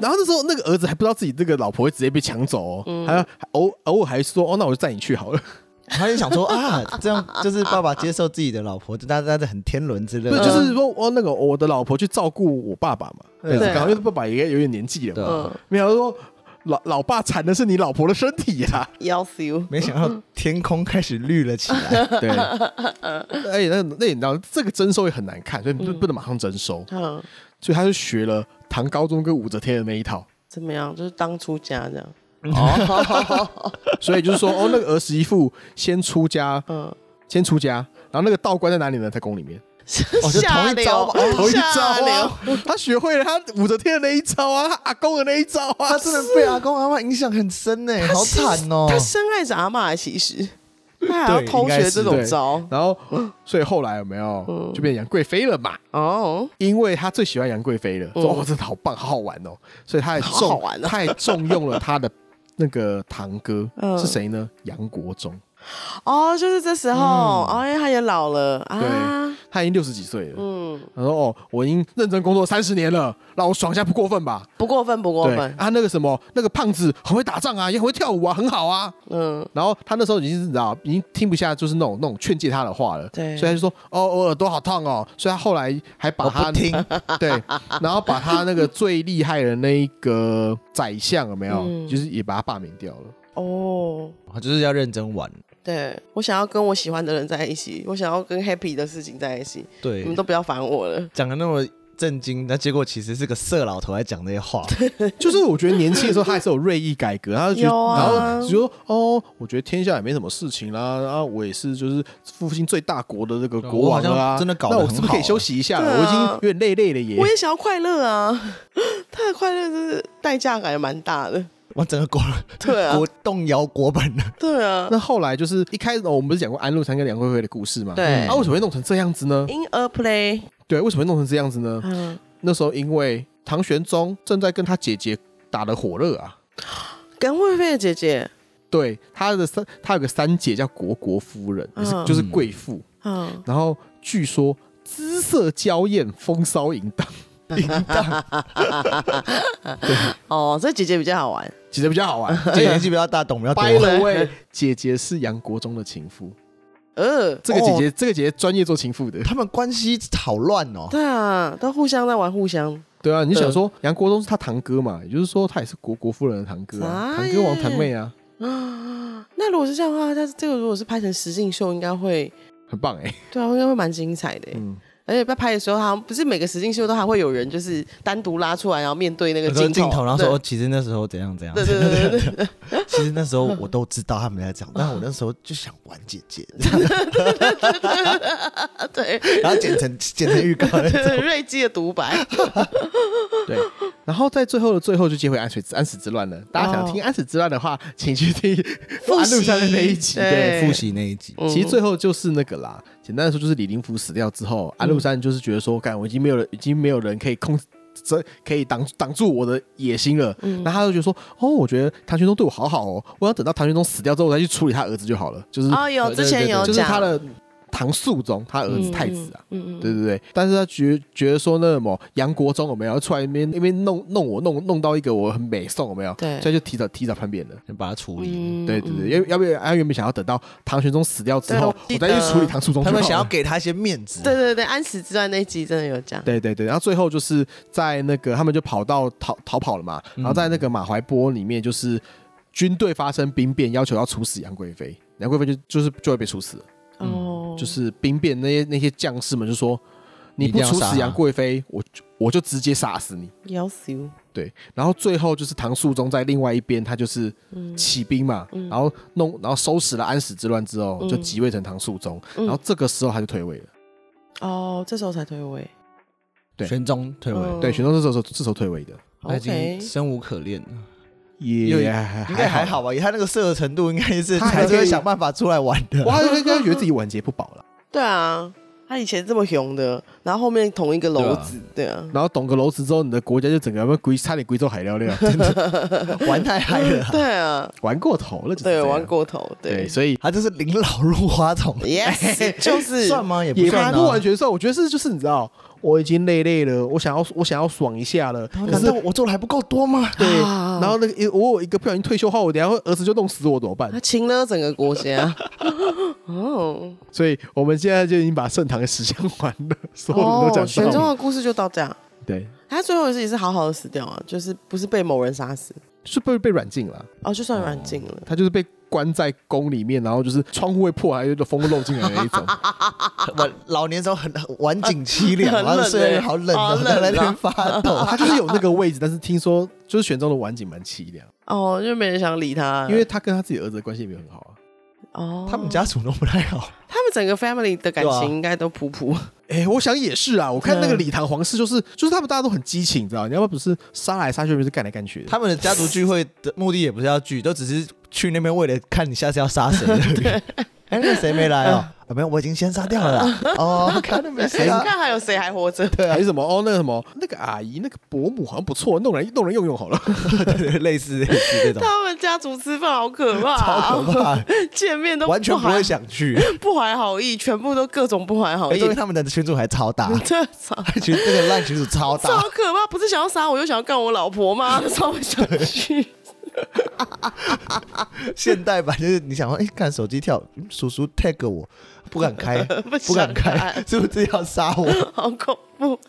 [SPEAKER 2] 然后那时候那个儿子还不知道自己这个老婆会直接被抢走哦，还要还偶偶尔还说哦，那我就载你去好了。
[SPEAKER 4] 他就想说啊，这样就是爸爸接受自己的老婆，就大家在很天伦之乐，
[SPEAKER 2] 不
[SPEAKER 1] 啊
[SPEAKER 2] 是 就是说哦，那个我的老婆去照顾我爸爸嘛，
[SPEAKER 4] 对
[SPEAKER 2] 刚好因为爸爸也有点年纪了
[SPEAKER 1] 对
[SPEAKER 2] 嘛，
[SPEAKER 1] 啊，
[SPEAKER 3] 嗯，
[SPEAKER 2] 没有他说老老爸馋的是你老婆的身体啊呀、
[SPEAKER 3] 幺十五。
[SPEAKER 4] 没想到天空开始绿了起来，
[SPEAKER 2] 对，而哎且那那你知道这个征收也很难看，所以不不能马上征收，
[SPEAKER 3] 嗯，
[SPEAKER 2] 所以他就学了唐高宗跟武则天的那一套。
[SPEAKER 3] 怎么样？就是当出家这样。
[SPEAKER 2] 所以就是说，哦，那个儿媳妇先出家，
[SPEAKER 3] 嗯，
[SPEAKER 2] 先出家，然后那个道观在哪里呢？在宫里面。
[SPEAKER 4] 就
[SPEAKER 3] 下
[SPEAKER 4] 同一招
[SPEAKER 3] 流
[SPEAKER 4] 吧，
[SPEAKER 2] 同一招
[SPEAKER 3] 下流。
[SPEAKER 2] 啊，他学会了他武则天的那一招啊，他阿公的那一招啊
[SPEAKER 4] 他，真的被阿公阿妈影响很深 呢，好惨哦
[SPEAKER 3] 他。深爱着阿嬷，啊其实他还 要
[SPEAKER 4] 对
[SPEAKER 3] 偷
[SPEAKER 4] 应该
[SPEAKER 3] 学
[SPEAKER 4] 是
[SPEAKER 3] 这种
[SPEAKER 2] 对
[SPEAKER 3] 招
[SPEAKER 2] 然后，所以后来有没
[SPEAKER 3] 嗯
[SPEAKER 2] 有就变杨贵妃了嘛？
[SPEAKER 3] 哦。
[SPEAKER 2] 因为他最喜欢杨贵妃了，说
[SPEAKER 3] 嗯
[SPEAKER 2] 哦，真的好棒，好好玩哦，所以他也
[SPEAKER 3] 好好
[SPEAKER 2] 重
[SPEAKER 3] 玩，哦
[SPEAKER 2] 他也重用了他的那个堂哥
[SPEAKER 3] 嗯
[SPEAKER 2] 是谁呢？杨国忠。
[SPEAKER 3] 哦，就是这时候，
[SPEAKER 4] 嗯
[SPEAKER 3] 哦，因为他也老了啊，
[SPEAKER 2] 他已经六十几岁了。
[SPEAKER 3] 嗯，
[SPEAKER 2] 他说：“哦，我已经认真工作三十年了，让我爽一下不过分吧？”
[SPEAKER 3] 不过分，不过
[SPEAKER 2] 对
[SPEAKER 3] 分，
[SPEAKER 2] 啊，那个什么，那个胖子很会打仗啊，也很会跳舞啊，很好啊。
[SPEAKER 3] 嗯，
[SPEAKER 2] 然后他那时候已经是你知道，已经听不下就是那种那种劝诫他的话了。
[SPEAKER 3] 对
[SPEAKER 2] 所以他就说：“哦，我耳朵好痛哦。”所以他后来还把
[SPEAKER 4] 我
[SPEAKER 2] 他
[SPEAKER 4] 不 听，
[SPEAKER 2] 对，然后把他那个最厉害的那一个宰相有没有，
[SPEAKER 3] 嗯
[SPEAKER 2] 就是也把他罢免掉了。
[SPEAKER 3] 哦，
[SPEAKER 4] 就是要认真玩。
[SPEAKER 3] 对我想要跟我喜欢的人在一起，我想要跟 happy 的事情在一起，
[SPEAKER 4] 对
[SPEAKER 3] 你们都不要烦我了。
[SPEAKER 4] 讲的那么震惊，那结果其实是个色老头在讲那些话。
[SPEAKER 2] 就是我觉得年轻的时候他还是有锐意改革，他就觉得，
[SPEAKER 3] 有啊
[SPEAKER 2] 然后就说哦，我觉得天下也没什么事情啦，然后我也是就是附近最大国的这个国王
[SPEAKER 4] 我好
[SPEAKER 2] 啊，
[SPEAKER 4] 像真的搞得
[SPEAKER 2] 那我
[SPEAKER 4] 很
[SPEAKER 2] 是不是可以
[SPEAKER 4] 好
[SPEAKER 2] 休息一下了？
[SPEAKER 3] 对啊
[SPEAKER 2] 我已经有点累累了耶
[SPEAKER 3] 我。也想要快乐啊！ 他的快乐就是代价感也蛮大的，
[SPEAKER 4] 我整个国
[SPEAKER 3] 对啊
[SPEAKER 4] 国，动摇国本 了，
[SPEAKER 3] 对啊
[SPEAKER 2] 那。后来就是一开始、哦我们不是讲过安禄山跟梁惠惠的故事嘛？
[SPEAKER 3] 对
[SPEAKER 2] 啊，为什么会弄成这样子呢？
[SPEAKER 3] In a play，
[SPEAKER 2] 对，为什么会弄成这样子呢？
[SPEAKER 3] 嗯，
[SPEAKER 2] 那时候因为唐玄宗正在跟他姐姐打得火热啊。
[SPEAKER 3] 耿惠妃的姐姐，
[SPEAKER 2] 对，他的三，他有个三姐叫国国夫人，也是
[SPEAKER 3] 嗯
[SPEAKER 2] 就是贵妇。
[SPEAKER 3] 嗯，
[SPEAKER 2] 然后据说姿色娇艳，风骚淫荡，
[SPEAKER 3] 哦，这姐姐比较好玩，
[SPEAKER 2] 姐姐比较好 玩。
[SPEAKER 4] 这年纪比较大，懂比较多。
[SPEAKER 2] By the way，姐姐是杨国忠的情妇。
[SPEAKER 3] 呃，
[SPEAKER 2] 这个姐姐，这个姐姐专业做情妇的。
[SPEAKER 4] 他们关系好乱哦。
[SPEAKER 3] 对啊，都互相在玩互相，
[SPEAKER 2] 对啊，你想
[SPEAKER 3] 嗯
[SPEAKER 2] 说杨国忠是他堂哥嘛？也就是说他也是国国夫人的堂哥啊，
[SPEAKER 3] 傻
[SPEAKER 2] 堂哥王
[SPEAKER 3] 眼
[SPEAKER 2] 堂妹啊，
[SPEAKER 3] 啊，那如果是这样的话，但是这个如果是拍成实境秀，应该会，
[SPEAKER 2] 很棒哎。
[SPEAKER 3] 对啊，应该会蛮精彩的。
[SPEAKER 2] 嗯，
[SPEAKER 3] 而且在拍的时候，好像不是每个实境秀都还会有人就是单独拉出来，然后面对那个
[SPEAKER 4] 有个
[SPEAKER 3] 镜头，
[SPEAKER 4] 镜头，然后说，
[SPEAKER 3] 对
[SPEAKER 4] 哦其实那时候怎样怎样。
[SPEAKER 3] 对对对对对，
[SPEAKER 4] 其实那时候我都知道他们在讲，但我那时候就想玩姐姐，
[SPEAKER 3] 对，
[SPEAKER 4] 然后剪成剪成预告那种。
[SPEAKER 3] 对瑞基的独白，
[SPEAKER 2] 对。然后在最后的最后就接回安水安史之乱了。大家想听安史之乱的话，请去听
[SPEAKER 3] 复
[SPEAKER 2] 安禄山的那一
[SPEAKER 3] 习
[SPEAKER 2] 集。
[SPEAKER 3] 对
[SPEAKER 2] 对，
[SPEAKER 4] 复习那一集，
[SPEAKER 3] 嗯
[SPEAKER 2] 其实最后就是那个啦，简单的说就是李林甫死掉之后，
[SPEAKER 3] 嗯
[SPEAKER 2] 安禄山就是觉得说，干我已经没有人，已经没有人可以控，这可以挡挡住我的野心了。
[SPEAKER 3] 嗯
[SPEAKER 2] 然后他就觉得说，哦，我觉得唐玄宗对我好好哦，我要等到唐玄宗死掉之后我再去处理他儿子就好了，就是、
[SPEAKER 3] 哦，有
[SPEAKER 4] 对对
[SPEAKER 3] 之前
[SPEAKER 4] 对
[SPEAKER 3] 有
[SPEAKER 2] 就是
[SPEAKER 3] 讲
[SPEAKER 2] 他的唐肃宗，他儿子太子啊。
[SPEAKER 3] 嗯，嗯嗯
[SPEAKER 2] 对对对，但是他觉觉得说那什么杨国忠有没有出来那边那边弄弄我弄弄到一个我很美送有没有？
[SPEAKER 3] 对
[SPEAKER 2] 所以就提早提早叛变了。
[SPEAKER 4] 就把它处理。
[SPEAKER 3] 嗯
[SPEAKER 2] 对对对，要要不然他原本想要等到唐玄宗死掉之后，我
[SPEAKER 3] 对我记
[SPEAKER 2] 再
[SPEAKER 3] 得
[SPEAKER 2] 去处理唐肃宗就
[SPEAKER 4] 他
[SPEAKER 2] 好了。
[SPEAKER 4] 们想要给他一些面子，
[SPEAKER 3] 对对对，安史之乱那一集真的有讲，
[SPEAKER 2] 对对对，然后最后就是在那个他们就跑到逃逃跑了嘛，然后在
[SPEAKER 4] 嗯
[SPEAKER 2] 那个马怀波里面，就是军队发生兵变，要求要处死杨贵妃，杨贵妃就就是就会被处死了，
[SPEAKER 3] 哦，
[SPEAKER 2] 就是兵变那些那些将士们就说，你
[SPEAKER 4] 一
[SPEAKER 2] 不
[SPEAKER 4] 定要
[SPEAKER 2] 处
[SPEAKER 4] 杀
[SPEAKER 2] 死
[SPEAKER 4] 他
[SPEAKER 2] 杨贵妃，我就我就直接杀死你。
[SPEAKER 3] 咬死我，
[SPEAKER 2] 对，然后最后就是唐肃宗在另外一边，他就是起兵嘛，然后弄，然后收拾了安史之乱之后，
[SPEAKER 3] 嗯
[SPEAKER 2] 就即位成唐肃宗，
[SPEAKER 3] 嗯
[SPEAKER 2] 然后这个时候他就退位了。
[SPEAKER 3] 哦，这时候才退位，
[SPEAKER 2] 对
[SPEAKER 4] 玄宗退位，
[SPEAKER 3] 嗯
[SPEAKER 2] 对，玄宗这时候这时候退位的，
[SPEAKER 4] 他已经
[SPEAKER 3] OK
[SPEAKER 4] 生无可恋了，又
[SPEAKER 2] 也还
[SPEAKER 4] 应该还 好吧？以他那个色的程度，应该是
[SPEAKER 2] 他还
[SPEAKER 4] 还是
[SPEAKER 2] 可
[SPEAKER 4] 会
[SPEAKER 2] 以
[SPEAKER 4] 想办法出来玩的。
[SPEAKER 2] 我还应该觉得自己晚节不保了。
[SPEAKER 3] 对啊，他以前这么熊的，然后后面同一个篓子，对啊，
[SPEAKER 2] 然后懂个楼子之后，你的国家就整个要不要归差点归州海料料，
[SPEAKER 4] 玩太嗨了，
[SPEAKER 3] 对啊，
[SPEAKER 2] 玩过头了，就是这
[SPEAKER 3] 对，啊
[SPEAKER 2] 样
[SPEAKER 3] 玩过头，
[SPEAKER 2] 对，
[SPEAKER 3] 对
[SPEAKER 2] 所以
[SPEAKER 4] 他就是临老入花丛，
[SPEAKER 3] ，yes，就是
[SPEAKER 4] 算吗？也不
[SPEAKER 2] 也
[SPEAKER 4] 算啊
[SPEAKER 2] 不完全算。我觉得是就是你知道，我已经累累了，我想要我想要爽一下了，可
[SPEAKER 4] 难道
[SPEAKER 2] 是。
[SPEAKER 4] 我做的还不够多 吗？
[SPEAKER 2] 对，
[SPEAKER 3] 啊
[SPEAKER 2] 然后那个我有一个不小心退休后，我等一下会儿子就弄死我怎么办
[SPEAKER 3] 他？亲了整个国家，哦，
[SPEAKER 2] 所以我们现在就已经把盛唐的史相完了，所有人都讲
[SPEAKER 3] 哦玄
[SPEAKER 2] 到
[SPEAKER 3] 宗
[SPEAKER 2] 了。
[SPEAKER 3] 的故事就到这样。
[SPEAKER 2] 对，
[SPEAKER 3] 他最后也是好好的死掉啊，就是不是被某人杀死，
[SPEAKER 2] 就是被被软禁了，
[SPEAKER 3] 哦，就算软禁了。
[SPEAKER 2] 他就是被关在宫里面，然后就是窗户会破，还有风漏进来的 一种。
[SPEAKER 4] 我老年时候很很晚景凄凉，
[SPEAKER 3] 很
[SPEAKER 4] 然后
[SPEAKER 3] 冷
[SPEAKER 4] 睡得
[SPEAKER 3] 欸
[SPEAKER 4] 好冷
[SPEAKER 3] 好
[SPEAKER 4] 哦，
[SPEAKER 3] 冷
[SPEAKER 4] 在那
[SPEAKER 3] 啊
[SPEAKER 4] 边发抖。
[SPEAKER 2] 哦他就是有那个位置，但是听说就是玄宗的晚景蛮凄凉，
[SPEAKER 3] 哦，就没人想理他，
[SPEAKER 2] 因为他跟他自己儿子的关系也没有很好啊。
[SPEAKER 3] 哦，
[SPEAKER 4] 他们家属都不太好，
[SPEAKER 3] 他们整个 family 的感
[SPEAKER 4] 对啊
[SPEAKER 3] 情应该都普普，
[SPEAKER 2] 哎、我想也是啊，我看那个礼堂皇室就是 就是他们大家都很激情，你知道吗？你要不不是杀来杀去，不是干来干去的。
[SPEAKER 4] 他们的家族聚会的目的也不是要聚，都只是去那边为了看你下次要杀谁而已。
[SPEAKER 1] 哎，那个谁没来哦？啊，没有，我已经先杀掉了啦。哦，看都没谁
[SPEAKER 3] 你
[SPEAKER 1] 啊。
[SPEAKER 3] 看还有谁还活着？
[SPEAKER 2] 还是什么哦，那个什么，那个阿姨，那个伯母好像不错，弄人弄人用用好了。
[SPEAKER 1] 对 类似类似这种，
[SPEAKER 3] 他们家族吃饭 好可怕、啊
[SPEAKER 1] 超可怕，
[SPEAKER 3] 见面都
[SPEAKER 1] 啊完全
[SPEAKER 3] 不
[SPEAKER 1] 不会
[SPEAKER 3] 怀
[SPEAKER 1] 想去。
[SPEAKER 3] 不怀好啊意，全部都各种不怀好
[SPEAKER 1] 而
[SPEAKER 3] 意
[SPEAKER 2] 哎
[SPEAKER 1] 且，他们的群主还超大，
[SPEAKER 3] 这操，
[SPEAKER 1] 群那个烂群主超
[SPEAKER 3] 嗯超
[SPEAKER 1] 大，
[SPEAKER 3] 可怕！不是想要杀我，又想要干我老婆吗？ 超不想去。
[SPEAKER 1] 现代版就是你想说，哎，看手机跳，嗯叔叔 tag 我，不敢开，
[SPEAKER 3] 不
[SPEAKER 1] 不敢
[SPEAKER 3] 想
[SPEAKER 1] 开，
[SPEAKER 3] 看
[SPEAKER 1] 是不是要杀我？
[SPEAKER 3] 好恐怖，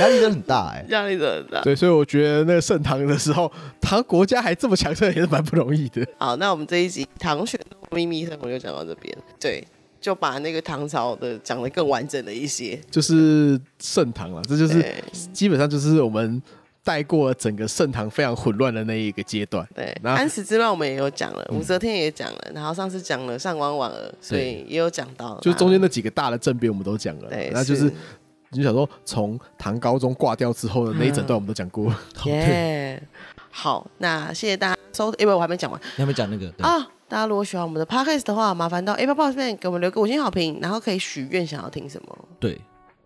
[SPEAKER 1] 压力真的很大哎。
[SPEAKER 3] 压力真的很大。
[SPEAKER 2] 对，所以我觉得那个盛唐的时候，唐国家还这么强盛，也是蛮不容易的。
[SPEAKER 3] 好，那我们这一集唐玄宗秘密生活就讲到这边，对，就把那个唐朝的讲的更完整了一些。
[SPEAKER 2] 就是盛唐了，这就是
[SPEAKER 3] 对
[SPEAKER 2] 基本上就是我们带过整个盛唐非常混乱的那一个阶段。
[SPEAKER 3] 对，
[SPEAKER 2] 那嗯
[SPEAKER 3] 安史之乱我们也有讲了，武则天也讲了，然后上次讲了上官婉儿，所以也有讲到。
[SPEAKER 2] 就中间
[SPEAKER 3] 的，
[SPEAKER 2] 那几个大的政变我们都讲了
[SPEAKER 3] 对，，
[SPEAKER 2] 那就是你就想说从唐高宗挂掉之后的那一
[SPEAKER 3] 嗯
[SPEAKER 2] 整段我们都讲 过。
[SPEAKER 3] 耶。好，那谢谢大家收，因为我还没讲完
[SPEAKER 1] 你有没有讲那个？对
[SPEAKER 3] 啊。大家如果喜欢我们的 podcast 的话，麻烦到 Apple Podcast 上面给我们留个五星好评，然后可以许愿想要听什么。
[SPEAKER 5] 对，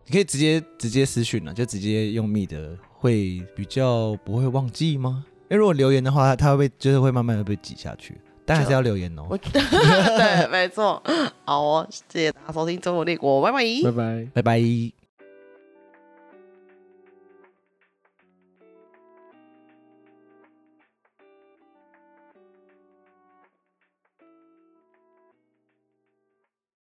[SPEAKER 5] 你可以直接直接私讯了，
[SPEAKER 1] 啊
[SPEAKER 5] 就直接用密的，会比较不会忘记吗？
[SPEAKER 1] 因为如果留言的话，它会被就是会慢慢的被挤下去，但还是要留言哦。
[SPEAKER 3] 我对，没错。好哦，谢谢大家收听《周末列国》，拜
[SPEAKER 2] 拜
[SPEAKER 3] 拜。
[SPEAKER 2] 拜。
[SPEAKER 1] 拜拜。